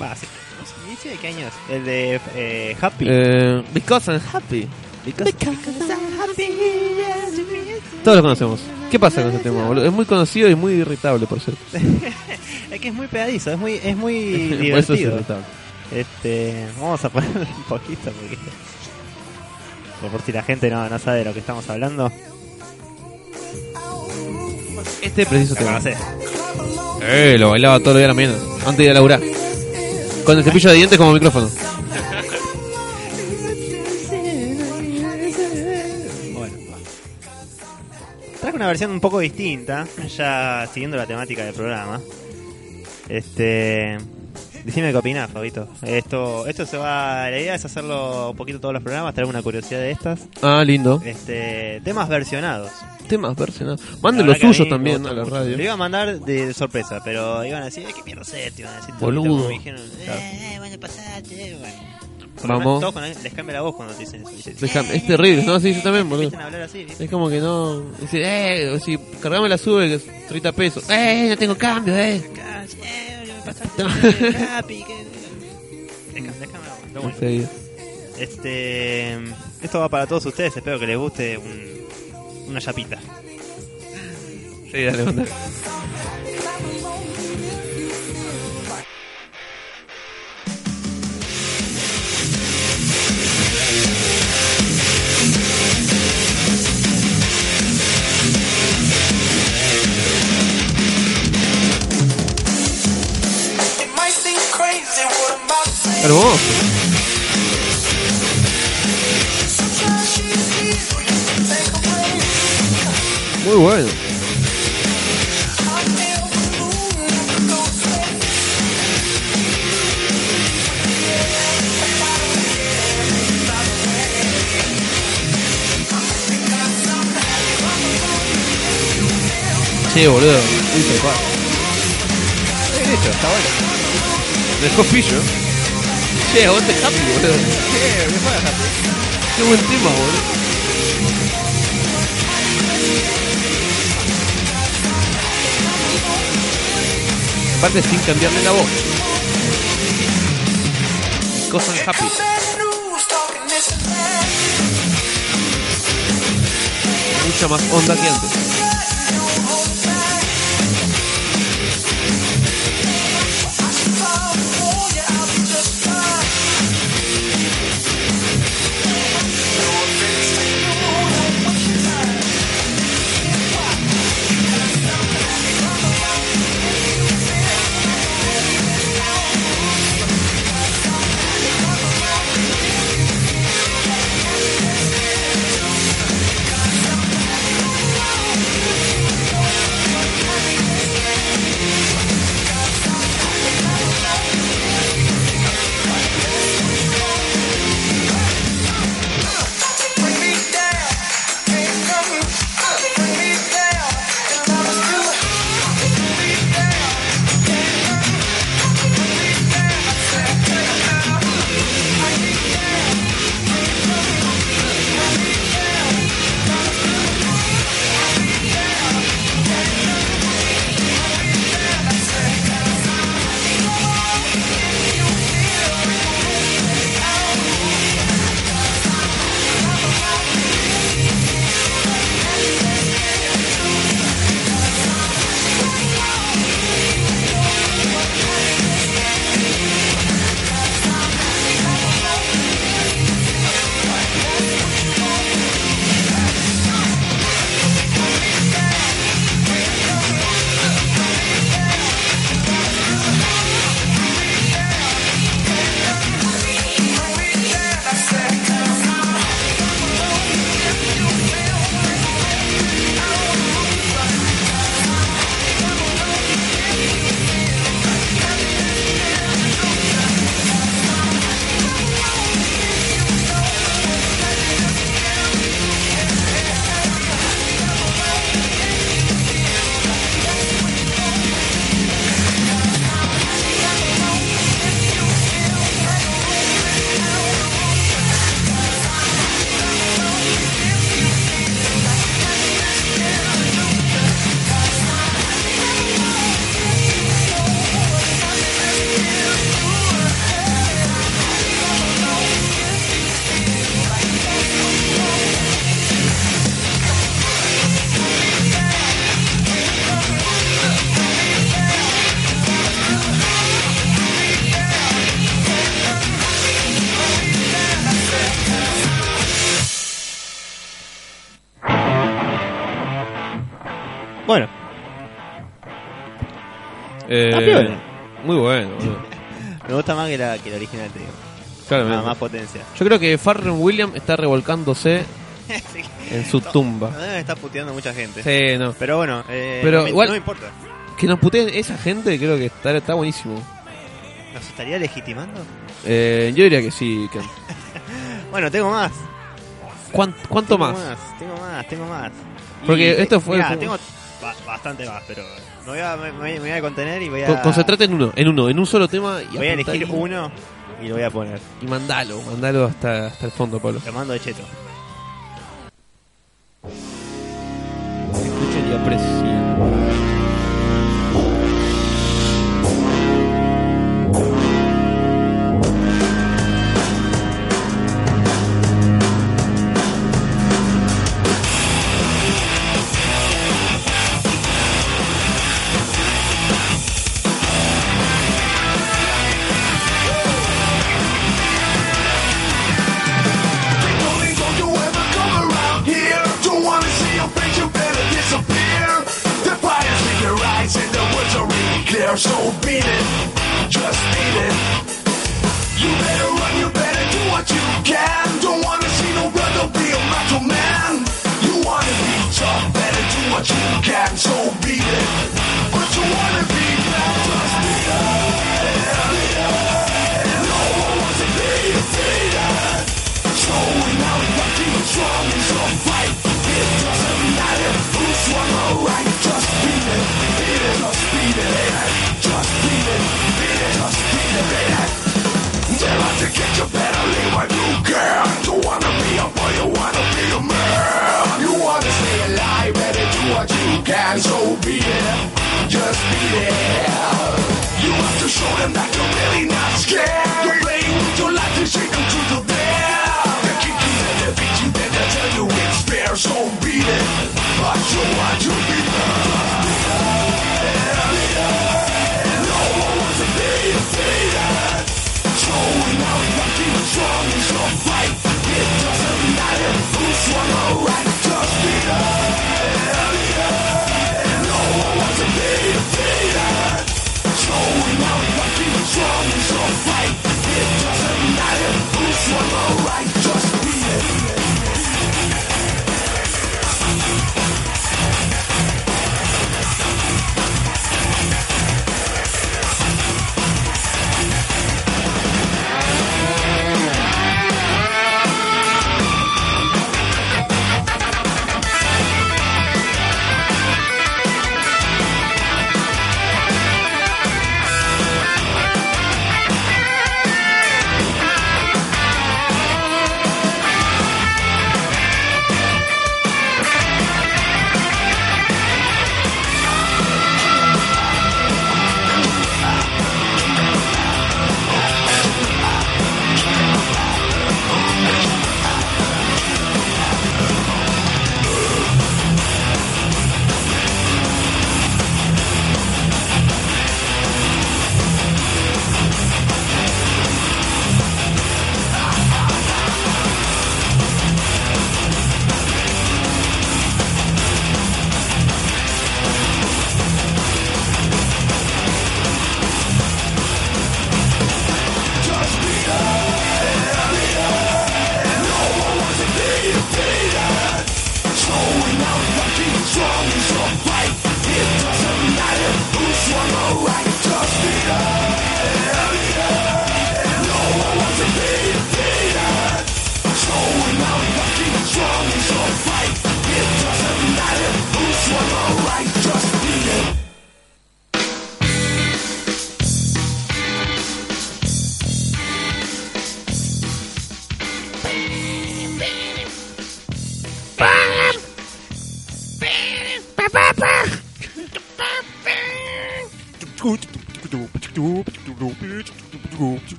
Va, hace. no sé, ¿dice de qué año es? El de eh, Happy. Eh, because I'm happy. Because- Todos lo conocemos. ¿Qué pasa con ese tema, boludo? Es muy conocido y muy irritable, por cierto. es que es muy pegadizo, es muy, es muy por eso es divertido. irritable. Este, vamos a ponerlo un poquito porque por- por si la gente no, no sabe de lo que estamos hablando. Este preciso La tema. conocés. Eh, lo bailaba todos los días a la mañana, antes de ir a laburar. Con el cepillo de dientes como micrófono. Bueno. Traje una versión un poco distinta, ya siguiendo la temática del programa. Este, decime qué opinás, Fabito. Esto, esto se va, la idea es hacerlo un poquito todos los programas, traer una curiosidad de estas, Ah, lindo. este, temas versionados. Temas versionados. Manden La los verdad que a suyos mí también me a gusta la mucho. Lo radio. iba a mandar de, de sorpresa, pero iban a decir, "Ay, qué mierda es este", iban a decir, Boludo. todo, me dijeron, "Eh, Claro. eh, bueno, pasate, eh, bueno. Porque Vamos. todos con- les cambia la voz cuando te dicen eso. Dicen, Dejame- es terrible, ¿no? Sí, yo también, boludo. empiezan a hablar así, ¿viste? Es como que no. Dice, eh, si cargame la sube, que es 30 pesos. Eh, no tengo cambio, eh. Acá, "Eh, boludo, me pasaste, eh, papi, que-". Deja- déjame la voz, pero bueno. Sí. Este, esto va para todos ustedes, espero que les guste un- una chapita. Sí, dale, manda. Hermoso. Muy bueno. Che, boludo. Listo, cual. Derecho, está bueno. Dejó pillo. Che, vos te happy, boludo. Che, me juega rápido. Qué buen tema, boludo. Aparte sin cambiarle la voz. Cosa de happy. Mucha más onda que antes. Bueno, Eh, piola. muy bueno, boludo. me gusta más que la, que la original, te digo. Claramente. Nada más potencia. Yo creo que Farren William está revolcándose Sí. en su A tumba. mí me está puteando mucha gente. Sí, no. Pero bueno, eh, Pero no, me, igual- no me importa. Que nos puteen esa gente creo que está, está buenísimo. ¿Nos estaría legitimando? Eh, yo diría que sí, Ken. Bueno, tengo más. ¿Cuán- ¿Cuánto tengo más? Tengo más, tengo más. Porque te- esto fue mirá, como- tengo ba- bastante más, pero me voy, a, me, me voy a contener y voy a. Con- Concentrate en uno, en uno, en un solo tema y, Voy a apunta elegir ahí. uno y lo voy a poner. y mandalo, mandalo hasta, hasta el fondo, Pablo. Lo mando de cheto. Escuchen y aprecien. Please don't you ever come around here. Don't wanna see your face, you better disappear. The fire's in your eyes and the words are really clear. So beat it, just beat it. You better run, you better do what you can. Don't wanna see no run, don't be a macho man. You wanna be tough, better do what you can, so beat it. But you wanna be bad, just be And no one wants to be defeated. So we now we got to be strong and so fight. It doesn't matter who's wrong or right, just beat it, beat it, just beat it. Just beat it, beat it, just beat it. Tell us to get you better leave when you can. You wanna be a boy, you wanna be a man. You wanna stay alive, better do what you can. So be it, just be it. You have to show them that you're really not scared. You're playing with your life to shake them to the bear. They kick you, then they beat you, then they tell you it's fair. So beat it, but you want to be there. No one wants to be defeated. So we now we got to be strong and so fight. It doesn't matter who's wrong or right. Just be there. No one wants to be defeated. So we now we got to be strong and so fight. It doesn't matter who's wrong or right. Just be it.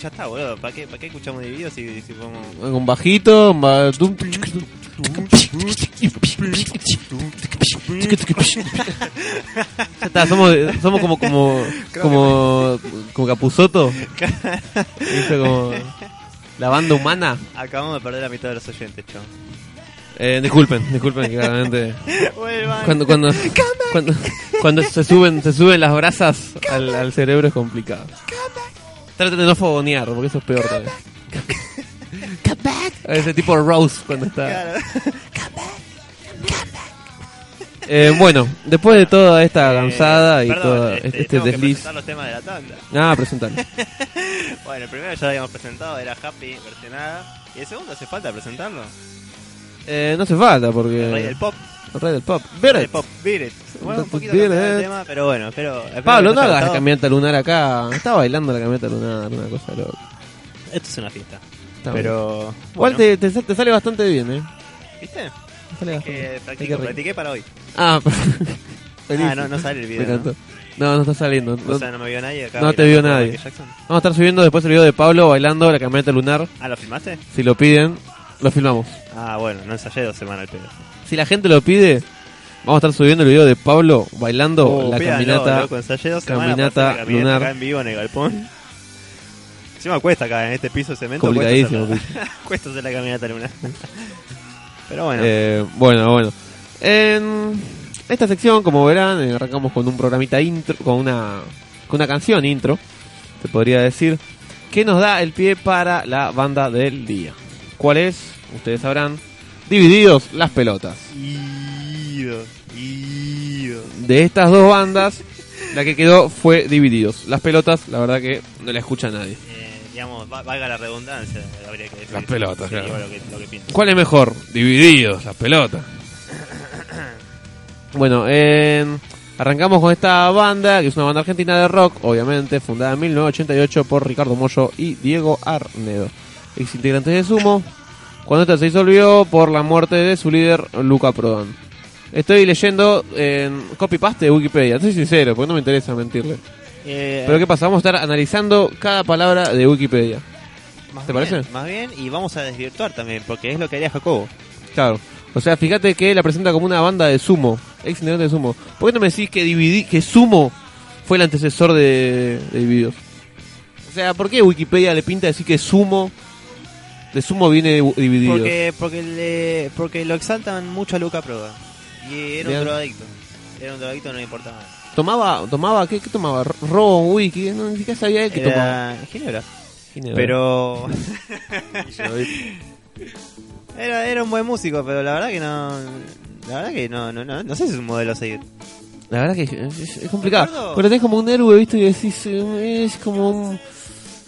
Ya está, boludo. ¿Para qué, para qué escuchamos de video si, si podemos.? Con bajito, ma- dum- Ya está, somos, somos como como como como Capuzoto. ¿Viste? Como la banda humana. Acabamos de perder la mitad de los oyentes, chon. Eh, disculpen, disculpen claramente. Vuelvan. Cuando cuando cuando, cuando se suben se suben las brasas al, al cerebro es complicado. Traten de no fogonear, porque eso es peor también. Ese tipo de Rose cuando está. Claro. Eh, bueno, después de toda esta lanzada Eh, y perdón, todo este, este, tengo que desliz. presentar los temas de la tanda. Ah, presentale. Bueno, el primero ya lo habíamos presentado, era Happy, versionada. Y el segundo, ¿hace falta presentarlo? Eh, no hace falta El rey porque. del pop. El rey del pop. El rey Vere. del pop, Beat It. Bueno, un poquito Beat cambiado el It. tema, pero bueno, pero... el primero Pablo, no que hagas la presentado- camioneta lunar acá. Está bailando la camioneta lunar, una cosa loca. Esto es una fiesta. Está bien. pero... Igual bueno, te, te, te sale bastante bien, eh. ¿Viste? Te sale bastante. Que Hay que practico, reír. practiqué para hoy. Ah, Ah, no, no sale el Me video. encantó. ¿no? No, no está saliendo. No- O sea, no me vio nadie acá. No te mirando vio a nadie. Michael Jackson. Vamos a estar subiendo después el video de Pablo bailando la camioneta lunar. Ah, ¿lo filmaste? Si lo piden, lo filmamos. Ah, bueno, no ensayé dos semanas el pedo. Si la gente lo pide, vamos a estar subiendo el video de Pablo bailando Oh, la Pídanlo, caminata. Uh, loco, ensayé dos semanas para caminata hacer la caminata lunar. acá en vivo en el galpón. Encima cuesta acá, en este piso de cemento. cuesta Complicadísimo, hacer la- Cuesta hacer la caminata lunar. Pero bueno, Eh, bueno, bueno. En esta sección, como verán, eh, arrancamos con un programita intro, con una, con una canción intro, se podría decir, que nos da el pie para la banda del día. ¿Cuál es? Ustedes sabrán. Divididos las pelotas. Ido, ido. De estas dos bandas, la que quedó fue Divididos. Las pelotas, la verdad que no la escucha nadie. Eh, digamos, va- valga la redundancia, habría que decir. Las pelotas, Sí, claro. digo Lo que, lo que pienso. ¿Cuál es mejor? Divididos, las pelotas. Bueno, eh, arrancamos con esta banda, que es una banda argentina de rock, obviamente, fundada en 1988 por Ricardo Mollo y Diego Arnedo, ex integrantes de Sumo, cuando esta se disolvió por la muerte de su líder, Luca Prodan. Estoy leyendo en copy-paste de Wikipedia, soy sincero, porque no me interesa mentirle. Eh, Pero ¿qué pasa? Vamos a estar analizando cada palabra de Wikipedia. más ¿te bien, parece? Más bien, y vamos a desvirtuar también, porque es lo que haría Jacobo. Claro. O sea, fíjate que la presenta como una banda de sumo, ex integrante de sumo. ¿Por qué no me decís que dividí, que sumo fue el antecesor de, de Divididos? O sea, ¿por qué Wikipedia le pinta decir que sumo de sumo viene de Wi- divididos? Porque, porque, le, porque lo exaltan mucho a Luca Proda. Y era Bien. un drogadicto. Era un drogadicto, no le importaba nada. Tomaba, tomaba, ¿qué, qué tomaba? Robo, wiki, no ni siquiera sabía él que tomaba. Era Ginebra. ¿Quién era? Pero. era, era un buen músico, pero la verdad que no. La verdad que no, no, no, no sé si es un modelo a seguir. La verdad que es, es- es Recuerdo- complicado. Pero tenés como un héroe, ¿viste? Y decís, eh, es como un,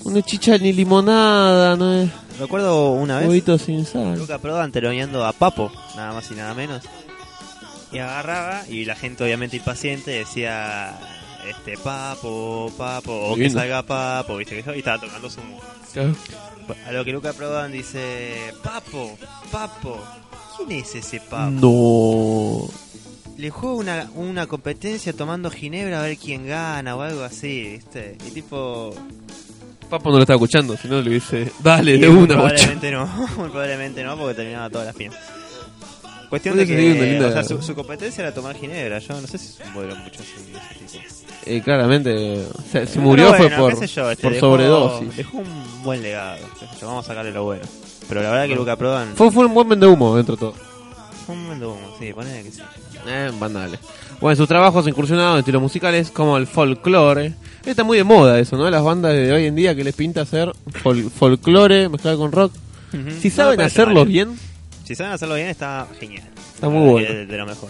una chicha ni limonada, ¿no es? Recuerdo una vez. Huevito sin sal. Luca Prodan teloneando a Papo, nada más y nada menos. Y agarraba, y la gente obviamente impaciente decía, este, Papo, Papo, o que Lindo. salga Papo, viste, que- y estaba tocando su... A lo que Luca Prodan dice, Papo, Papo, ¿quién es ese Papo? Mm. No. Le juego una, una competencia tomando ginebra a ver quién gana o algo así, viste. Y tipo... Papo no lo estaba escuchando, si no le hubiese. Dale, y de una, bocha. probablemente no, probablemente no, porque terminaba todas las piñas. Cuestión Puede de ser lindo, que linda. o sea, su, su competencia era tomar ginebra, yo no sé si es un modelo mucho así de ese tipo. Eh, claramente, o sea, si murió Pero bueno, fue qué por, sé yo, este, por dejó- sobredosis. Dejó un buen legado, qué sé yo, vamos a sacarle lo bueno. Pero la verdad que Luca Prodan Ah. Fue, fue un buen vende humo dentro de todo. fue un buen humo, sí, ponele que sí. Eh, bandale. Bueno, en sus trabajos incursionados en estilos musicales como el folclore. Está muy de moda eso, ¿no? Las bandas de hoy en día que les pinta hacer fol- folclore mezclado con rock. Si No, saben pero está hacerlo mal. ¿eh? bien, Si saben hacerlo bien, está genial. Está muy La verdad bueno. que es De, lo mejor.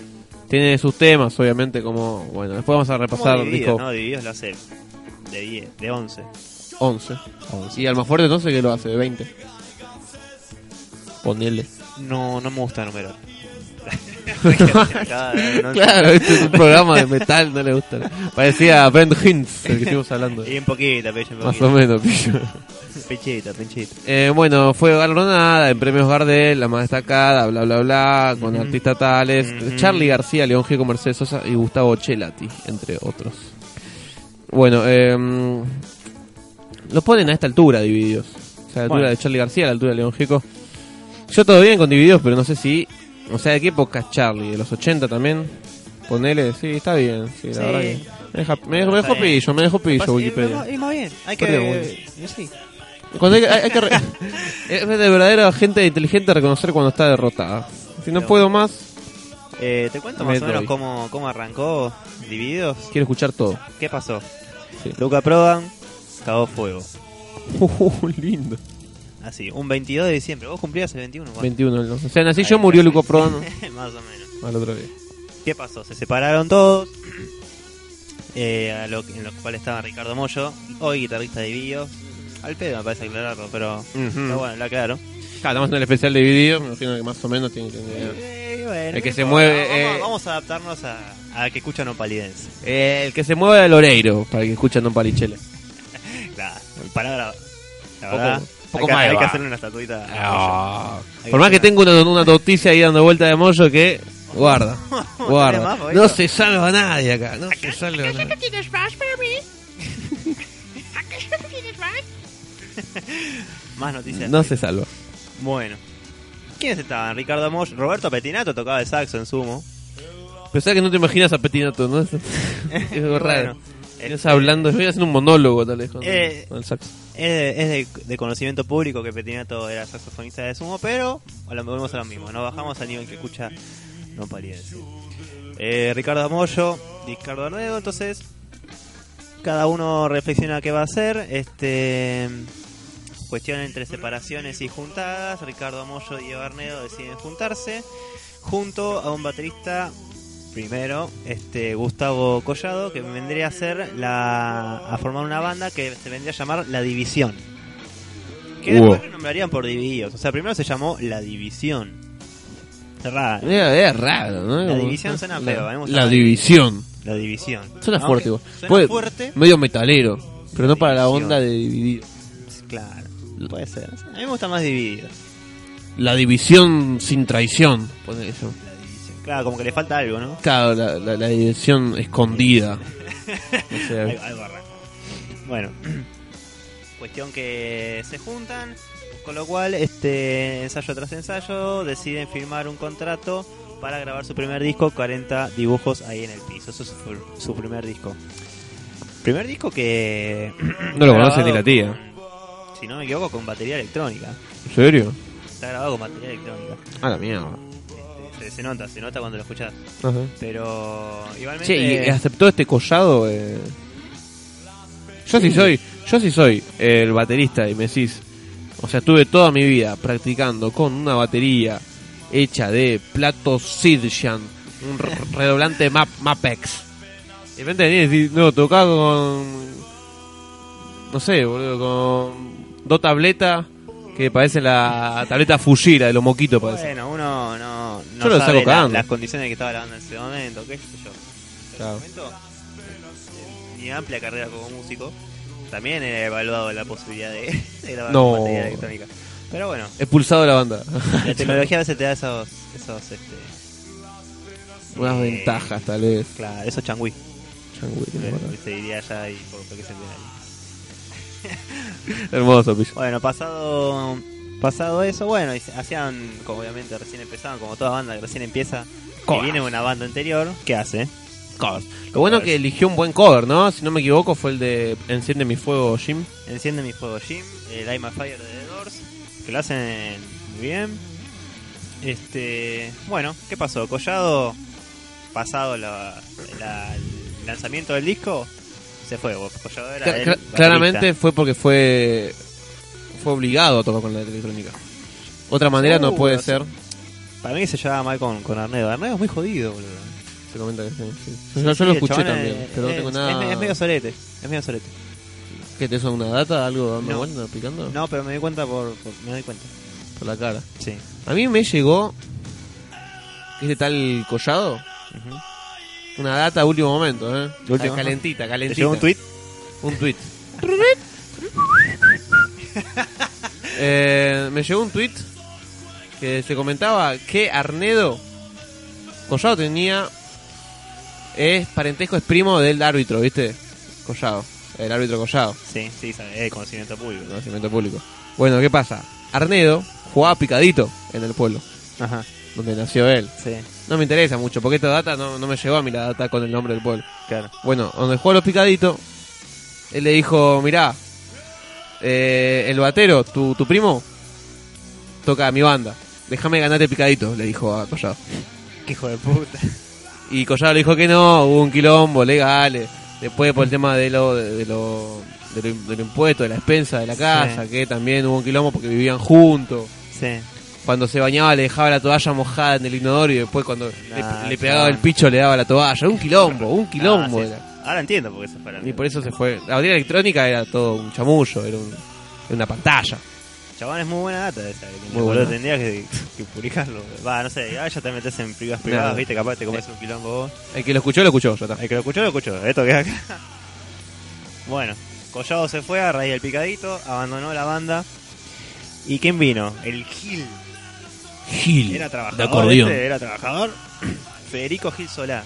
tiene sus temas, obviamente, como. Bueno, después vamos a Como repasar el divididos, disco ¿no? Divididos lo hace de 10, de 11. 11. Y Almafuerte, entonces, que lo hace? De 20. Ponele. No, no me gusta numerar. claro, este es un programa de metal, no le gusta. Parecía Brent Hintz, el que estuvimos hablando. Y un poquito, pecho, un Más poquito. o menos, pillo. Pinchita, pinchita. Eh, bueno, fue galardonada en premios Gardel, la más destacada, bla bla bla, con Ujú. artistas tales, Ujú. Charlie García, León Gieco, Mercedes Sosa y Gustavo Chelati, entre otros. Bueno, eh, los ponen a esta altura, divididos. O sea, a la altura Bueno. de Charlie García, a la altura de León Gieco. Yo todo bien con divididos, pero no sé si. O sea, ¿de qué época es Charlie? ¿De los 80 también? Ponele, sí, está bien. Sí, la Sí. verdad que- Me deja- me dejó, me Está dejó bien. pillo, me dejó pillo Wikipedia. Y más bien, hay Perdió, que. yo sí. Cuando hay, que- hay- hay que re- es de verdadera gente inteligente reconocer cuando está derrotada. Si no puedo más, Eh, te cuento Me más o menos doy. cómo, cómo arrancó Divididos. quiero escuchar todo. ¿Qué pasó? Sí. Luca Prodan cagó fuego. lindo. Así, un 22 de diciembre. Vos cumplías el 21, bueno. 21, ¿no? O sea, nací yo, Ahí. murió Luco Prodan más o menos. al otro día. ¿Qué pasó? Se separaron todos. eh, a lo, en los cuales estaba Ricardo Mollo, hoy guitarrista de Divididos. Al pedo me parece aclararlo, pero, pero bueno, lo aclaro. Claro, además en el especial de video, me imagino que más o menos tiene que tener. Eh, bueno, El que no se importa, mueve, Vamos, eh. vamos a adaptarnos a, a que escuchan opalidense. Eh, el que se mueve del Oreiro, para el que escucha Don Parichela. Claro, palabra. La Poco- verdad, poco hay, que- más hay que va. Ah. hacer una estatuita. Por más que tengo una, una noticia ahí dando vuelta de mollo que. Guarda, ¿Tenés más, guarda. Fabito? No se salva nadie acá, no se salva nadie. Peanut Rush for me. I can Peanut Rush. Más noticias. No se salva. Bueno. ¿Quiénes estaban? Ricardo Mosh, Roberto Petinato tocaba el saxo en sumo. Pensá que no te imaginas a Petinato, ¿no? Es, es algo raro. Bueno, Estás este, hablando, yo voy a hacer un monólogo tal vez con, Eh. con el saxo. Es, de, es de- de conocimiento público que Petinato era saxofonista de sumo, pero a lo- volvemos a lo mismo. Nos bajamos al nivel que escucha No Pariense. Eh, Ricardo Amoyo, Ricardo Arnedo, entonces cada uno reflexiona qué va a hacer. Este Cuestión entre separaciones y juntadas, Ricardo Mollo y Barnedo deciden juntarse junto a un baterista primero, este Gustavo Collado, que vendría a ser la a formar una banda que se vendría a llamar La División. Que Hubo. después renombrarían por divididos, o sea, primero se llamó La División. Cerrada. Eh, Es raro, ¿no? La Como- división suena la, feo, vamos a La ver. división. La división. Suena Aunque fuerte, igual. Suena Puede- fuerte. Medio metalero. Pero no para la División. onda de dividir. Claro, puede ser. A mí me gusta más divididos. La división sin traición. ponele yo. La división. Claro, como que le falta algo, ¿no? Claro, la, la- la división escondida. O sea, Algo, algo raro. Bueno, cuestión que se juntan, con lo cual, este ensayo tras ensayo, deciden firmar un contrato para grabar su primer disco, 40 dibujos ahí en el piso. Eso es su, su primer disco. Primer disco que. No lo conoce ni la grabado tía. con- si no me equivoco, con batería electrónica. ¿En serio? Está grabado con batería electrónica. A la mierda. Este, se, se nota, se nota cuando lo escuchas. Ajá. Pero igualmente. Che, ¿y aceptó este collado? eh? Yo sí soy, yo sí soy el baterista y me decís, o sea, estuve toda mi vida practicando con una batería hecha de plato Sidjan, un re- redoblante map, Mapex. Y de repente venís y decís, no, tocás con, no sé, boludo, con dos tabletas que parecen la tableta Fujira de los moquitos, parece. Bueno, uno no, no Yo lo sabe saco la- cagando. las condiciones en que estaba la banda en ese momento, qué sé yo. En Claro. ese momento, eh, mi amplia carrera como músico, también he evaluado la posibilidad de, de grabar No. con batería electrónica. Pero bueno, Expulsado de la banda. la tecnología a veces te da esos, esos, este, Unas ventajas, tal vez. claro, esos changüí, Changüey, eh, bueno. se diría allá y por lo que se entiende ahí. Hermoso, Pillo. Bueno, pasado pasado eso, bueno, y se- hacían, como obviamente recién empezaban, como toda banda que recién empieza, que Covers. viene una banda anterior, ¿qué hace? Lo bueno que eligió un buen cover, ¿no? Si no me equivoco, fue el de Enciende mi fuego, Jim. Enciende mi fuego Jim, el I'm a Fire de The Doors, que lo hacen muy bien. Este, bueno, ¿qué pasó? Collado, pasado la- la- el lanzamiento del disco, se fue. Collado era Cla- el cla- baterista. claramente fue porque fue fue obligado a tocar con la electrónica. Otra manera no Seguro, puede sí. ser. Para mí que se llevaba mal con, con Arnedo. Arnedo es muy jodido, boludo. Se comenta que sí, sí. Yo, yo lo Sí, el escuché chabón también, es- pero no es- tengo Es, es medio nada. solete, es medio solete. ¿Qué te hizo una data? ¿Algo dando No. vuelta, picando? No, pero me di cuenta por, por- me doy cuenta. Por la cara. Sí. A mí me llegó. que Este tal collado. Ujú. Una data de último momento, ¿eh? De último. Ah, Calentita, ¿Te calentita. llegó un tweet? Un tweet. Eh, me llegó un tweet que se comentaba que Arnedo Collado tenía. Es parentesco, es primo del árbitro, ¿viste? Collado. El árbitro Collado, Sí, sí, sabe, eh, conocimiento público. conocimiento público. Bueno, ¿qué pasa? Arnedo jugaba picadito en el pueblo Ajá, donde nació él. sí, No me interesa mucho, porque esta data no, no me llegó a mí la data con el nombre del pueblo. claro. Bueno, donde jugó a los picaditos, él le dijo, mirá, eh, el batero, tu, tu primo, toca a mi banda. Déjame ganarte picadito, le dijo a Collado. Qué hijo de puta. Y Collado le dijo que no, hubo un quilombo, legales. Después por el tema de lo, de, de lo, de lo im- del impuesto, de la expensa, de la casa, Sí. que también hubo un quilombo porque vivían juntos. Sí. Cuando se bañaba le dejaba la toalla mojada en el inodoro y después cuando le- Nah, le, pegaba el chabón. picho le daba la toalla. Un quilombo, un quilombo. Ah, sí. era. Ahora entiendo por qué se fueron. Y por eso se fue. La batería electrónica era todo un chamullo, era, un- era una pantalla. Chabón, es muy buena data esa. Que Muy muy boludo, buena. tendría que, que publicarlo. Va, no sé, ahora ya te metes en privadas privadas, Claro. viste, capaz te comes un quilombo vos. El que lo escuchó, lo escuchó, ya está. El que lo escuchó, lo escuchó. Esto queda acá. Bueno, Collado se fue a raíz del picadito, abandonó la banda. ¿Y quién vino? El Gil. Gil, Era de trabajador. acordeón. este, era trabajador. Federico Gil Solá.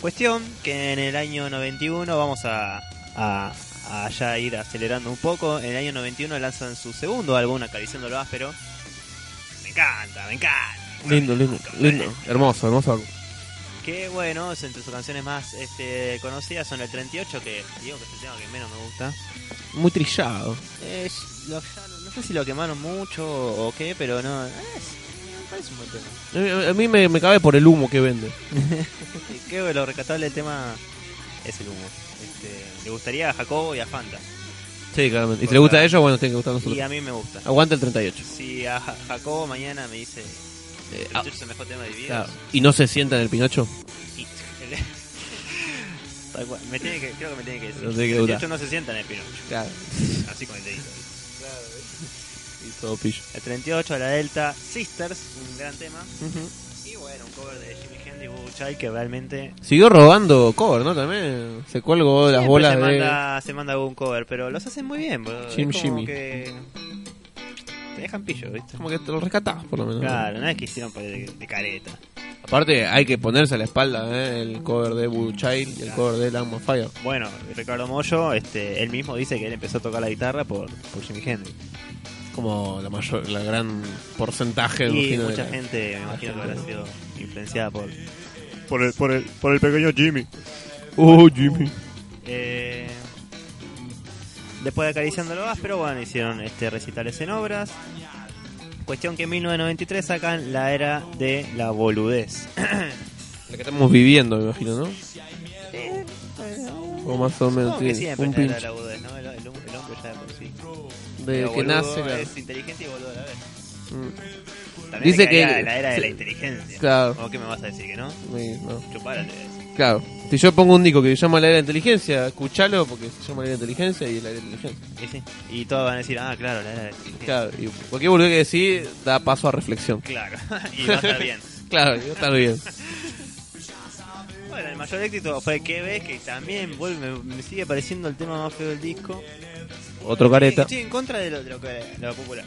Cuestión que en el año 91 vamos a, a, a ya ir acelerando un poco. En el año 91 lanzan su segundo álbum, Acariciando lo Áspero. Me encanta, me encanta. Lindo, lindo, lindo. Hermoso, hermoso. álbum. Que bueno, es entre sus canciones más este, conocidas son el 38, que digo que es el tema que menos me gusta. Muy trillado. Es- lo- ya no- no sé si lo quemaron mucho o qué, pero no. es- me parece un buen tema. A mí- A mí me, me cabe por el humo que vende. Y Creo que lo rescatable del tema es el humo. Este, le gustaría a Jacobo y a Fanta. Sí, claramente. Y si le gusta a ellos, bueno, tiene que gustar a Y nosotros. a mí me gusta. Aguanta el 38. Si a Ja- Jacobo mañana me dice. Eh, "El ah, Church es el mejor tema de mi vida. claro. ¿Y no se sienta en el Pinocho? y- Tal cual, me tiene que, creo que me tiene que decir. No tiene que El dudar. Pinocho no se sienta en el Pinocho. Claro. Así con el dedito. Y todo pillo. El 38 de la Delta Sisters, un gran tema. Y bueno, un cover de Jimi Hendrix, Boo Child, que realmente. Siguió robando cover, ¿no? También se colgó de las Siempre bolas se de... manda, se manda algún cover, pero los hacen muy bien, boludo. Es Jim como Jimmy. que Te dejan pillo, ¿viste? Como que te lo rescatás, por lo menos. Claro, no Mm. es que hicieron por- de, de careta. Aparte, hay que ponerse a la espalda ¿eh? el cover de Voodoo Child y el cover de Lamb of Fire. Bueno, Ricardo Mollo, este, él mismo dice que él empezó a tocar la guitarra por, por Jimi Hendrix. Como la mayor, la gran porcentaje, me Y imagino, de mucha la- gente, me imagino que habrá sido influenciada por. Por el, por el, por el pequeño Jimmy. Oh, Jimmy. eh, después de Acariciándolo Vas, pero bueno, hicieron este recitales en obras. Cuestión que en 1993 sacan la era de la boludez. La que estamos viviendo, me imagino, ¿no? O más o menos. Supongo que sí, siempre un la era de pinche. la boludez, ¿no? El, el hom- el hombre ya de por sí. De Pero que boludo nace. la- Es inteligente y boludo a la vez. Mm, También Dice le caía que- la era de la sí. inteligencia. Claro. ¿O qué me vas a decir que no? me- no. Chupala, te voy a decir. Claro. Si yo pongo un Nico que se llama la era de la inteligencia, escuchalo porque se llama la era de la inteligencia y es la era de la inteligencia. Y, sí. Y todos van a decir, ah, claro, la era de la inteligencia. Claro. Y cualquier boludo que decís da paso a reflexión. Claro. y va a estar bien. Claro, y está bien. Bueno, el mayor éxito fue que ves que también vuelve, me sigue pareciendo el tema más feo del disco. Otro careta. Estoy en contra de lo, de lo que- de lo popular.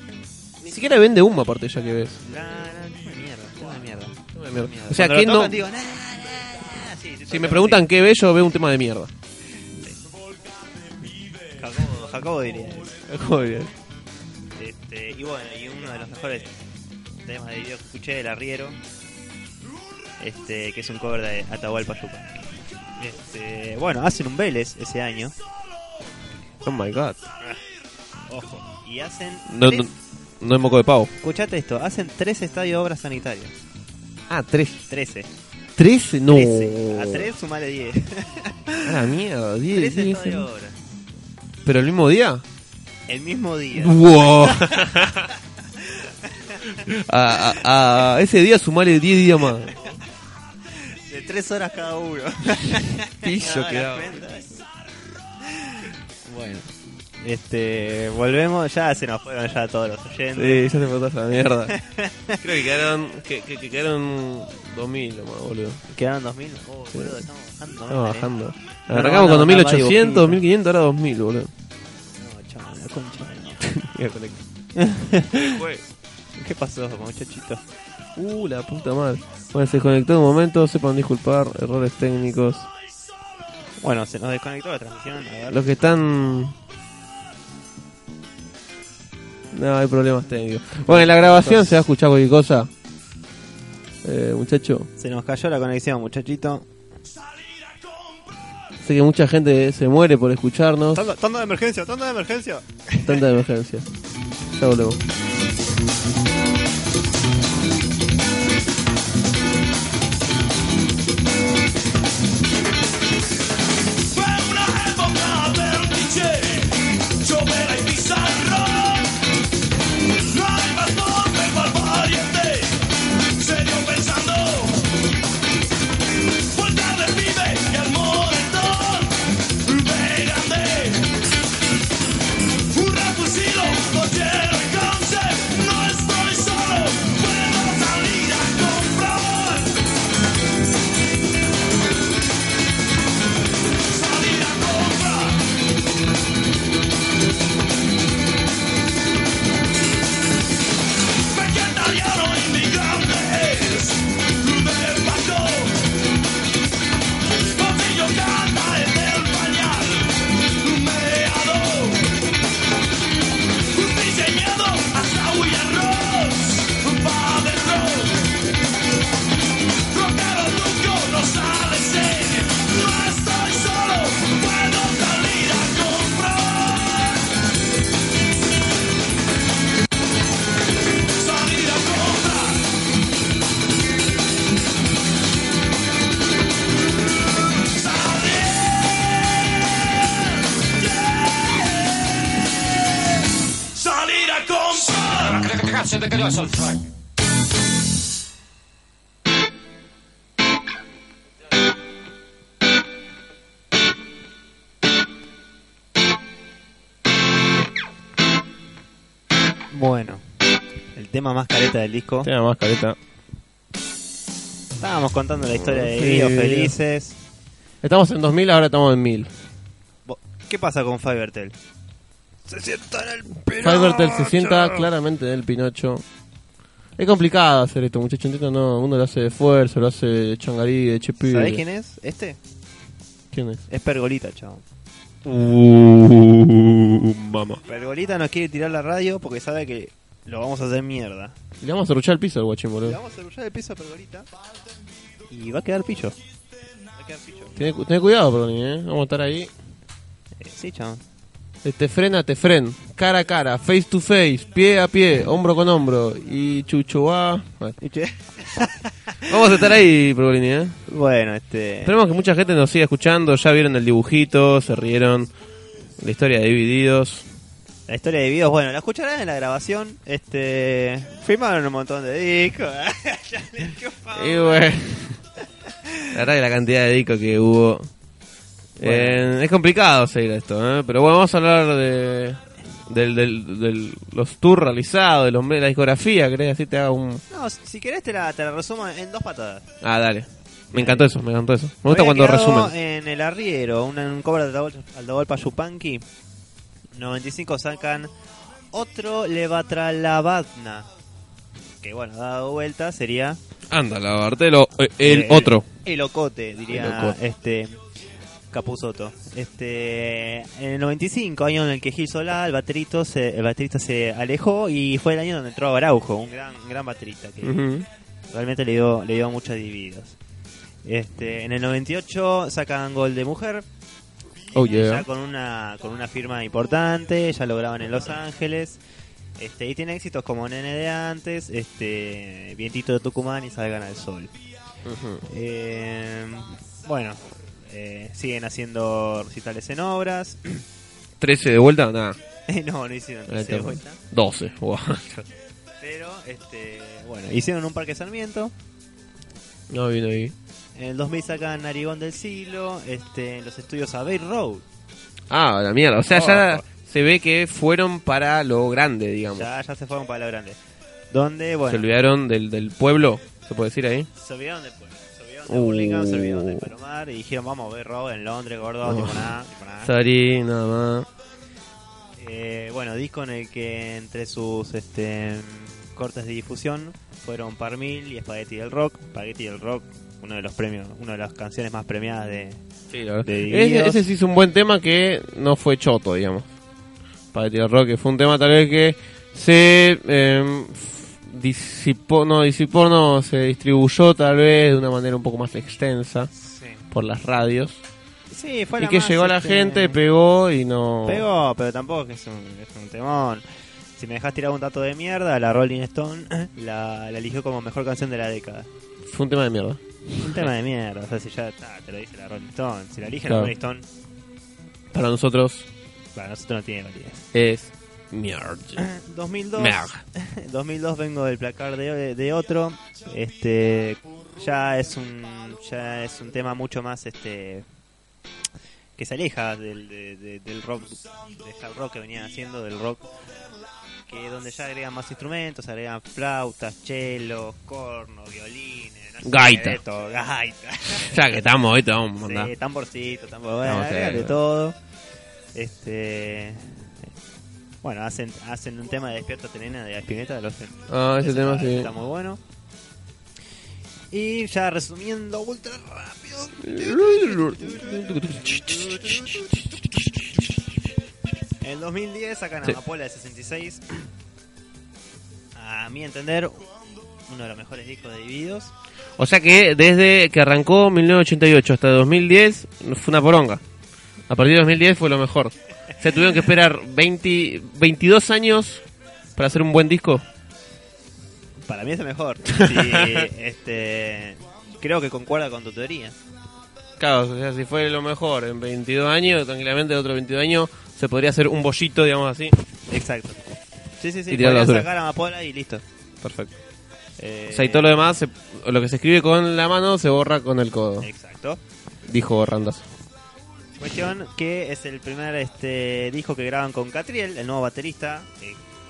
Ni siquiera vende humo aparte ya que ves. La, la, tema de mierda, tema de mierda. de Tema de mierda. O sea, Cuando que lo no- tocan, digo, "Nah, nah, nah, nah". Sí, sí, Si tocan, me preguntan qué ve, yo veo un tema de mierda. sí. Jacobo, Jacobo diría eso. Joder. Este, y bueno, y uno de los mejores temas de video que escuché, El Arriero, este, que es un cover de Atahualpa Yupanqui. Este, bueno, hacen un Vélez ese año, Oh my god. ojo, y hacen... No, tres- no, no es moco de pavo. Escuchate esto, hacen tres estadios de obras sanitarias. Ah, tres. 13. ¿Tres? No. 13. A 3 sumale 10. A la mierda. 3 Diez, diez, estadios de obras. ¿Pero el mismo día? El mismo día. ¡Wow! a, a- a ese día sumale 10 días más. De 3 horas cada uno. Pillo No, quedaba. las cuentas. Bueno. Este, volvemos, ya se nos fueron ya todos los oyentes. Sí, ya te botaste la mierda. Creo que quedaron, que, que, que quedaron 2000 nomás, boludo. Ah, Quedaron 2000. Oh, boludo, estamos bajando. Estamos mal, eh. bajando. No, Arrancamos no, con no, 2800, no, 2500, ahora 2000, boludo. No, chaval, la concha de la Mira, conecta. madre. ¿Qué pasó, muchachito? Uh, la puta madre. Bueno, se desconectó un momento, sepan disculpar, errores técnicos. Bueno, se nos desconectó la transmisión. A ver. Los que están... No, hay problemas técnicos. Bueno, en la grabación se va a escuchar cualquier cosa. Eh, muchacho. Se nos cayó la conexión, muchachito. Sé que mucha gente se muere por escucharnos. Tanda, tanda de emergencia, tanda de emergencia. Tanta emergencia. Ya volvemos. Fue una época del DJ, llovera y pizarrón. No hay más torpe cual pariente, serio pensando. Vuelta del pibe y al moretón, pégate. Un refusilo, cochero y cáncer. Bueno, el tema más careta del disco. Tiene más careta. Estábamos contando la historia de Sí. Guido Felices. Estamos en 2000, ahora estamos en 1000. Bo- ¿Qué pasa con Fivertel? Fivertel se sienta claramente del Pinocho. Es complicado hacer esto, muchacho. Entiendo, no. Uno lo hace de esfuerzo, lo hace de changarí, de chipi. ¿Sabés quién es? Este ¿Quién es? es Pergolita, chao. Uh, mamá. Pergolita nos quiere tirar la radio porque sabe que lo vamos a hacer mierda. Le vamos a ruchar el piso al guachín, Le boludo. vamos a cerrar el piso a Pergolita Eh. y va a quedar pillo. Va a quedar pillo. Tené, cu- tené cuidado, Brony, eh. Vamos a estar ahí. Eh, sí, chao. Eh, Te frena, te fren. Cara a cara, face to face, pie a pie, hombro con hombro. Y chuchuá. Bueno, Vamos a estar ahí, Pergolini, eh. Bueno, este. Esperemos que mucha gente nos siga escuchando. Ya vieron el dibujito, se rieron. La historia de Divididos. La historia de videos, bueno, la escucharán en la grabación. Este. Firmaron un montón de discos. Ya les dio fama. Y bueno. La verdad que la cantidad de discos que hubo. Eh, es complicado seguir esto, ¿eh? Pero bueno, vamos a hablar de. Del, del, del- los tours realizados, de, los, de la discografía, ¿querés? Así te haga un. No, si- si querés te la, te la resumo en dos patadas. Ah, dale. Me encantó eso, me encantó eso. Me gusta Había cuando quedado resumen. En el arriero, un, un cover de Aldagol- Aldagolpa Yupanqui. 95 sacan otro Levatralabadna. Que bueno, dado vuelta sería. Ándala, Bartelo, eh, el eh, otro. El ocote, diría El ocote. este. Capuzotto. Este, en el 95, año en el que Gil Solá, el baterito se, el baterista se alejó y fue el año donde entró Araujo, un gran, un gran baterista que Ujú. realmente le dio, le dio muchos divididos. Este, en el 98 sacan Gol de Mujer, Oh, yeah. ya con una, con una firma importante, ya lo graban en Los Ángeles. Este, y tiene éxitos como Nene de antes, este, Vientito de Tucumán y Salgan al Sol. Eh, bueno, eh, siguen haciendo recitales en obras. Eh, 13 de vuelta, nada. no, no hicieron Ahí tercera está. vuelta. 12. Wow. Pero, este, bueno, hicieron un Parque Sarmiento. No vi, no vi. En el 2000 sacan Narigón del Siglo, este, en los estudios Abbey Road. Ah, la mierda. O sea, ya se ve que fueron para lo grande, digamos. Ya, ya se fueron para la grande. Donde, bueno, Se olvidaron del, del pueblo, se puede decir ahí. se olvidaron del pueblo. Se olvidaron de Burlingame, se olvidaron Uh. del Palomar y dijeron, vamos a Abbey Road en Londres, gordo, Oh. tipo nada, tipo nada. Sorry, nada más. Eh, bueno, disco en el que entre sus este, cortes de difusión fueron Parmil y Spaghetti del Rock. Spaghetti del Rock, uno de los premios, una de las canciones más premiadas de... Sí, la verdad. De Ese, Divididos. ese sí es un buen tema que no fue choto, digamos. Para tirar rock, que fue un tema tal vez que se eh, disipó, no, disipó, no, se distribuyó tal vez de una manera un poco más extensa Sí, por las radios. fue y la que más, llegó a la este, gente, pegó y no... Pegó, pero tampoco es un, es un temón. Si me dejas tirar un dato de mierda, la Rolling Stone la, la eligió como mejor canción de la década. Fue un tema de mierda. Un tema de mierda, o sea, si ya está, te lo dice la Rolling Stone. Si la elige Claro. la Rolling Stone, Para nosotros para nosotros no tiene validez. es mierda. 2002. Mierda. 2002 vengo del placar de, de otro. Este ya es un ya es un tema mucho más este que se aleja del, de- de- del rock del hard rock que venían haciendo del rock que es donde ya agregan más instrumentos, agregan flautas, chelos, cornos, violines, no sé, Gaita. de todo, gaita. Ya que estamos, ahorita vamos a mandar. Sí, tamborcito, tambor, Vamos a agregan hacer- de todo. Este bueno, hacen hacen un tema de despierta tenena de Espineta de los Ah, ese ese tema está, sí. está muy bueno. Y ya resumiendo ultra rápido. En el 2010 sacan Sí. Amapola de 66. A mi entender, uno de los mejores discos de Divididos. O sea que desde que arrancó 1988 hasta 2010 fue una poronga. A partir de 2010 fue lo mejor. Se tuvieron que esperar 20, 22 años para hacer un buen disco. Para mí es el mejor. Sí, este, creo que concuerda con tu teoría. Claro, o sea, si fue lo mejor en 22 años, tranquilamente de otro 22 años se podría hacer un bollito, digamos así. Exacto. Sí, sí, sí. Y tirar la podrías basura. sacar amapola y listo. Perfecto. Eh, O sea, y todo lo demás, se- lo que se escribe con la mano se borra con el codo. Exacto. Dijo Borrandas. Cuestión que es el primer este disco que graban con Catriel, el nuevo baterista, que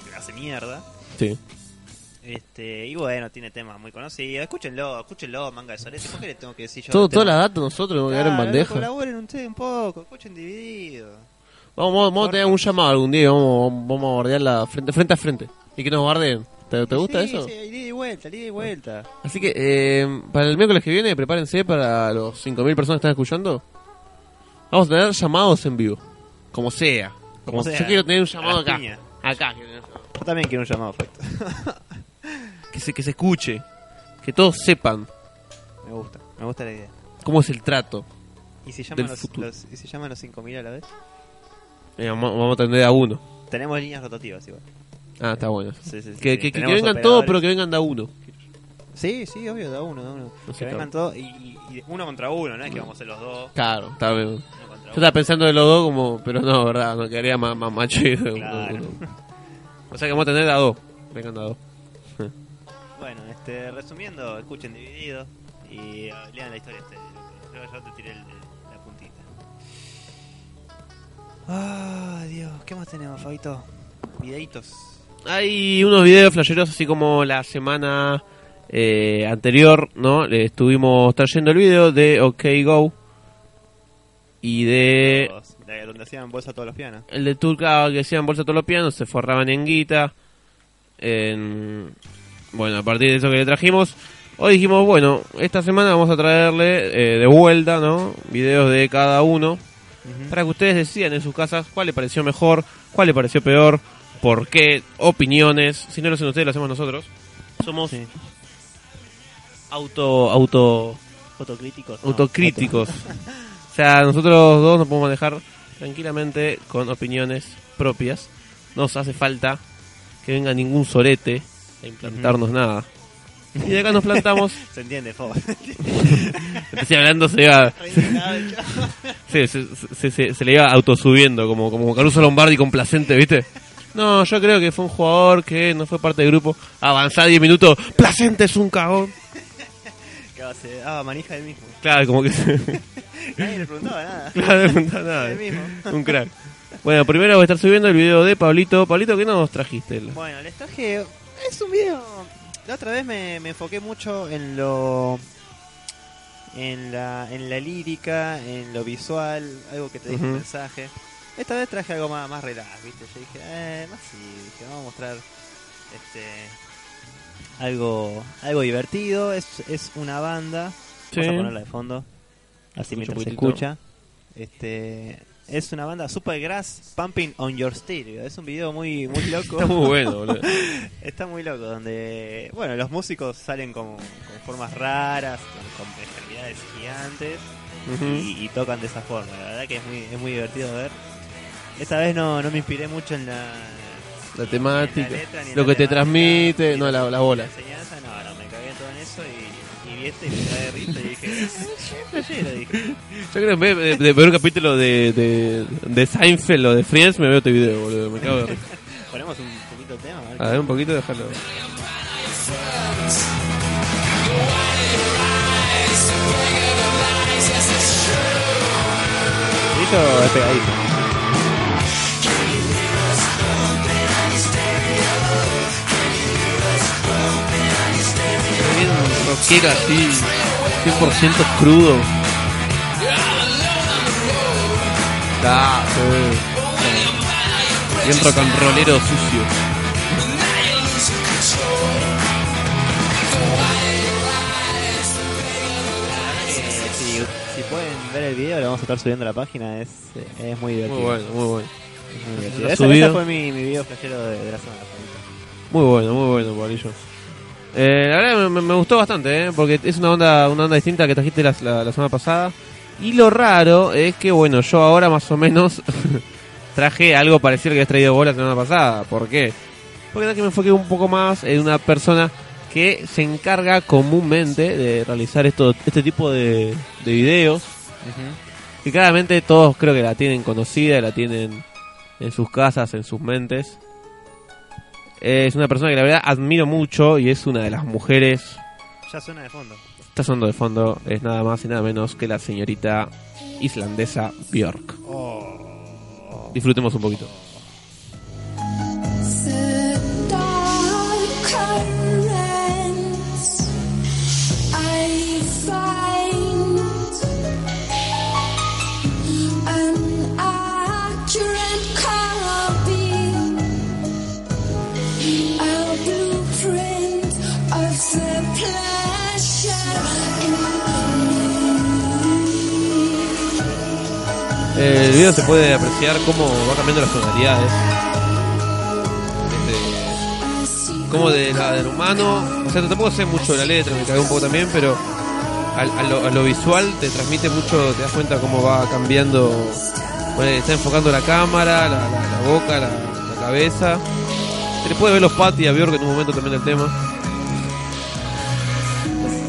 que hace mierda. Sí. Este, y bueno, tiene temas muy conocidos. Escúchenlo, escúchenlo, manga de solete. ¿Por qué le tengo que decir yo? Todo, los toda la temas? data nosotros nos quedar en Claro, bandeja. loco, Colaboren ustedes un poco, escuchen dividido. Vamos, vamos, vamos a tener un llamado algún día, vamos, vamos- vamos a bardearla frente, frente a frente. Y que nos bardeen. ¿Te, te gusta Sí, eso? Sí, ida y vuelta, ida y vuelta. Así que eh, para el miércoles que viene, prepárense para los 5.000 personas que están escuchando. Vamos a tener llamados en vivo. Como sea. Como sea, Yo quiero tener un a llamado las acá. piñas. Acá. quiero tener un llamado. Yo también quiero un llamado afecto. Que se, que se escuche. Que todos sepan me gusta, me gusta la idea. cómo es el trato. ¿Y si llaman, Del los, futuro. los- y si llaman los 5000 a la vez? Eh, vamos, vamos a atender a uno. Tenemos líneas rotativas igual. Ah, está bueno. Sí, sí, sí, que, sí. que- que Tenemos vengan todos, operadores. pero que vengan de a uno. Sí, sí, obvio, da uno, da uno. No sé, que vengan claro. todos y, y- y uno contra uno, ¿no? Es que vamos a ser los dos. Claro, está bien. Uno contra Yo uno. estaba pensando de los dos como, pero no, verdad, no quedaría más, más macho. y- Claro. O sea que vamos a tener a dos. Vengan de a dos. Bueno, este, resumiendo, escuchen dividido y ah, lean la historia. Este, creo que yo te tiré el- el- la puntita. Ah, Dios, ¿qué más tenemos, Fabito? Videitos. Hay unos videos flasheros así como la semana eh, anterior, ¿no? Le estuvimos trayendo el video de OK Go y de Los- la- donde hacían bolsa todos los pianos. el de Turca que decían bolsa todos los pianos, se forraban en guita. En... Bueno, a partir de eso que le trajimos, hoy dijimos, bueno, esta semana vamos a traerle eh, de vuelta, ¿no? Videos de cada uno. Para que ustedes decidan en sus casas cuál le pareció mejor, cuál le pareció peor, por qué, opiniones. Si no lo hacen ustedes, lo hacemos nosotros. Somos Sí. auto, auto, Autocríticos. no. autocríticos. o sea, nosotros dos nos podemos manejar tranquilamente con opiniones propias. No nos hace falta que venga ningún sorete a implantarnos nada. Y de acá nos plantamos. Se entiende, Fob. Empecé hablando, se iba. Se, se, se- se- se le iba autosubiendo, como, como Caruso Lombardi complacente, ¿viste? No, yo creo que fue un jugador que no fue parte del grupo. Avanzá 10 minutos. Placente es un cagón. ah, manija el mismo. Claro, como que. se- Nadie le preguntaba nada. Claro, no está nada. El mismo. Un crack. Bueno, primero voy a estar subiendo el video de Pablito. Pablito, ¿qué nos trajiste? Bueno, les traje. Es un video. La otra vez me, me enfoqué mucho en lo. En la, en la lírica, en lo visual, algo que te deje un Ujú. mensaje. Esta vez traje algo más, más relax, ¿viste? Yo dije, eh, más sí, dije, vamos a mostrar este algo algo divertido. Es, es una banda. Sí. Vamos a ponerla de fondo. Así Escucha mientras un se poquitito. escucha. Este, es una banda Supergrass Pumping on Your Stereo. Es un video muy, muy loco. Está muy bueno, boludo. Está muy loco, donde, bueno, los músicos salen con, con formas raras, con, con extremidades gigantes Ujú. y, y tocan de esa forma. La verdad que es muy, es muy divertido ver. Esta vez no, no me inspiré mucho en la... La ni en temática, letra, ni en lo la que te temática, transmite, ni no, la- la bola. enseñanza, no, no, me cagué en todo en eso y, y vi este y me cagué de risa y dije... "Ah, "Flashero", dije. Yo creo que en vez de, de ver un capítulo de, de, de Seinfeld o de Friends, me veo este video, boludo. Me cago de risa. Ponemos un poquito de tema, a ver A ver, un poquito, déjalo. Grito es pegadito. Bien rockera, así, 100% crudo. Está, se ve. Ah, Bien rock and rollero sucio. Eh, si, si pueden ver el video, lo vamos a estar subiendo a la página. Es, es muy divertido. Muy bueno, muy bueno. es muy divertido. Lo Ese- subido. ese fue mi, mi video flashero de, de la semana. Fabito. Muy bueno, muy bueno, Pablillo. Eh, la verdad me, me gustó bastante, ¿eh? porque es una onda, una onda distinta que trajiste la, la- la semana pasada. Y lo raro es que, bueno, yo ahora más o menos traje algo parecido al que habías traído vos la semana pasada. ¿Por qué? Porque la que me enfoqué un poco más en una persona que se encarga comúnmente de realizar esto, este tipo de, de videos. Y claramente todos creo que la tienen conocida, la tienen en sus casas, en sus mentes. Eh, es una persona que la verdad admiro mucho y es una de las mujeres. Ya suena de fondo. Está sonando de fondo, es nada más y nada menos que la señorita islandesa Björk. Disfrutemos un poquito. Eh, El video se puede apreciar cómo va cambiando las tonalidades. Este, como de la del humano. O sea, tampoco sé mucho de la letra, me cagué un poco también, pero al- a, lo, a lo visual te transmite mucho, te das cuenta cómo va cambiando. Bueno, está enfocando la cámara, la, la- la boca, la, la cabeza. Se le puede ver los patis a Bjork en un momento también el tema.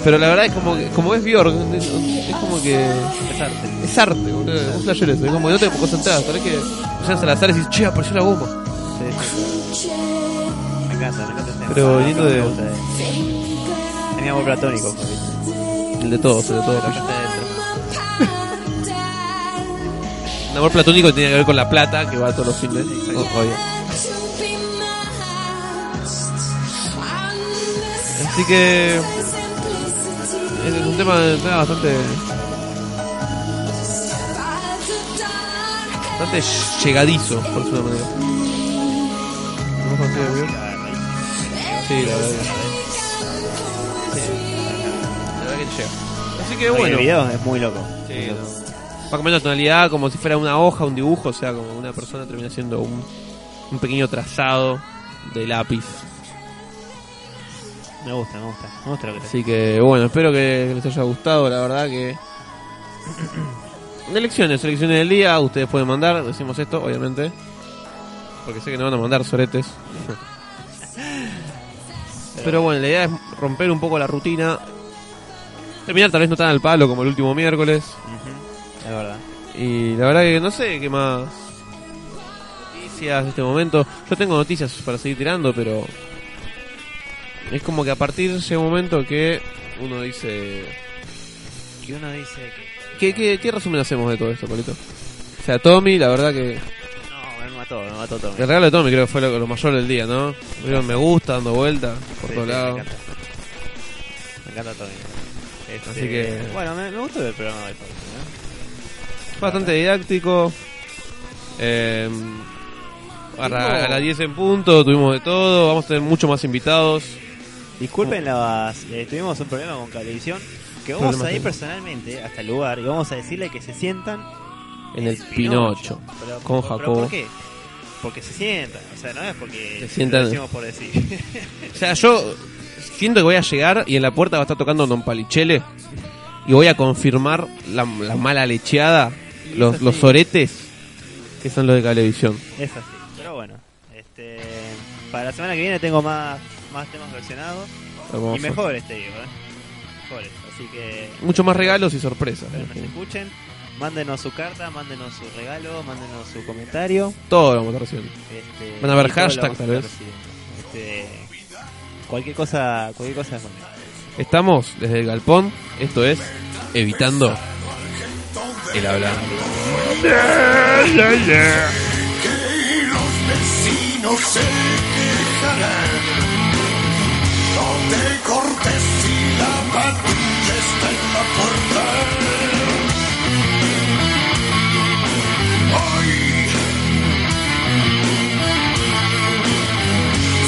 Pero la verdad es como que- como es Bjork, es es como que Es arte. es arte, boludo. Un flasher eso. Es como que no te concentras. Tenés que llegas al azar y decís, che, apareció la bomba. Sí, sí. Me encanta, me encanta el tema. Pero lindo de- Me gusta, eh. Es mi amor platónico. Fabito. El de todo, sobre todo. La parte adentro. Un amor platónico que tiene que ver con la plata, que va a todos los fines. O- obvio. Así que. eh, Es es un tema nada, bastante. Bastante llegadizo, por decirlo de una manera. ¿Cómo fue así, Gabriel? Sí, la verdad que. La verdad que llega. Así Oye, que bueno. El video es muy loco. Sí, no. Va cambiando la tonalidad como si fuera una hoja, un dibujo, o sea, como una persona termina siendo un, un pequeño trazado de lápiz. Me gusta, me gusta. Me gusta lo que te Así que bueno, espero que les haya gustado, la verdad que... Elecciones, elecciones del día, ustedes pueden mandar, decimos esto, obviamente. Porque sé que no van a mandar soretes. Pero bueno, la idea es romper un poco la rutina. Terminar tal vez no tan al palo como el último miércoles. Ujú, Es verdad. Y la verdad que no sé qué más noticias de este momento. Yo tengo noticias para seguir tirando, pero es como que a partir de ese momento que uno dice... Y uno dice que. ¿Qué, qué, qué resumen hacemos de todo esto, Polito? O sea, Tommy, la verdad que... No, me mató, me mató todo. El regalo de Tommy creo que fue lo, lo mayor del día, ¿no? Digo, me gusta, dando vueltas por Sí, todos sí, lados. Me encanta. Me encanta Tommy. Este, Así que- Bueno, me, me gustó el programa de Tommy. ¿no? Bastante didáctico. Eh, a, la- a las 10 en punto, tuvimos de todo. Vamos a tener mucho más invitados. Disculpen, las, eh, tuvimos un problema con Cablevisión. Que vamos Problema a ir técnico. personalmente hasta el lugar y vamos a decirle que se sientan En el Pinocho. Pero- con pero Jacobo. ¿Por qué? Porque se sientan, o sea, no es porque Se sientan. lo decimos por decir. O sea, yo siento que voy a llegar y en la puerta va a estar tocando Don Palichele y voy a confirmar la, la mala lecheada, los, los oretes, que son los de Cablevisión. es así. Pero bueno, este, para la semana que viene tengo más, más temas versionados Vamos y a- mejores, te digo, ¿eh? Mejores, así que. Mucho más regalos y sorpresas. Espero que nos escuchen. Mándenos su carta, mándenos su regalo, mándenos su comentario. Todo lo vamos a estar recibiendo. Este, Van a haber y todo lo hashtag, vamos a estar tal vez. recibiendo. Este, cualquier cosa, cualquier cosa. bueno. Estamos desde el galpón, esto es Evitando el hablar. vecinos se quejarán. No te cortes si la patrulla está en la puerta. Hoy,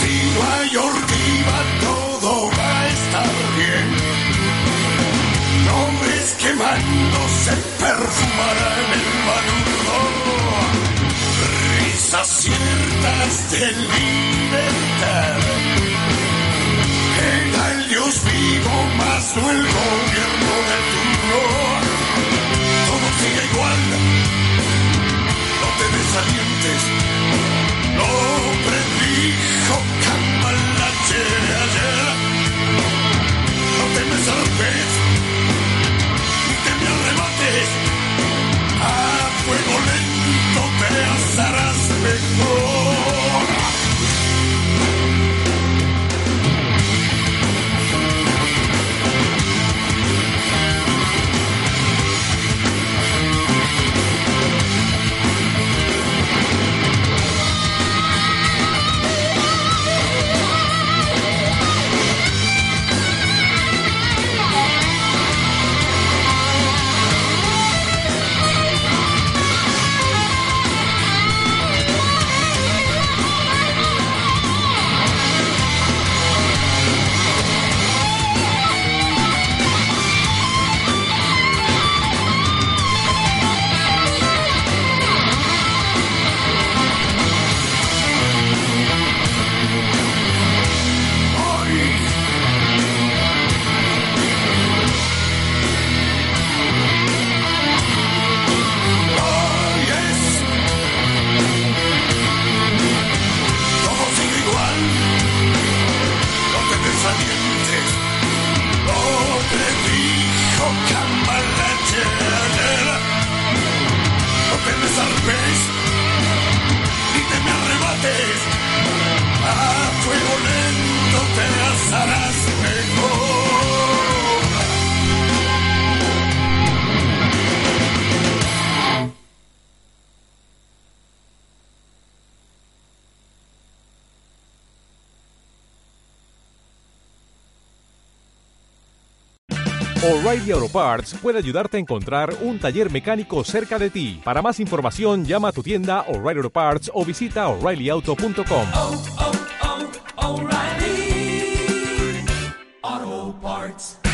si no hay ortiva, todo va a estar bien. No ves quemando se perfumará en el maduro risas ciertas de libertad. Era el Dios vivo, más no el gobierno de turno. Todo sigue igual, no te desalientes. Lo predijo Cambalache ayer. No te me zarpes, ni te me arrebates. A fuego lento te asarás mejor. O'Reilly Auto Parts puede ayudarte a encontrar un taller mecánico cerca de ti. Para más información, llama a tu tienda O'Reilly Auto Parts o visita oreillyauto.com. oh, oh, O'Reilly Auto Parts.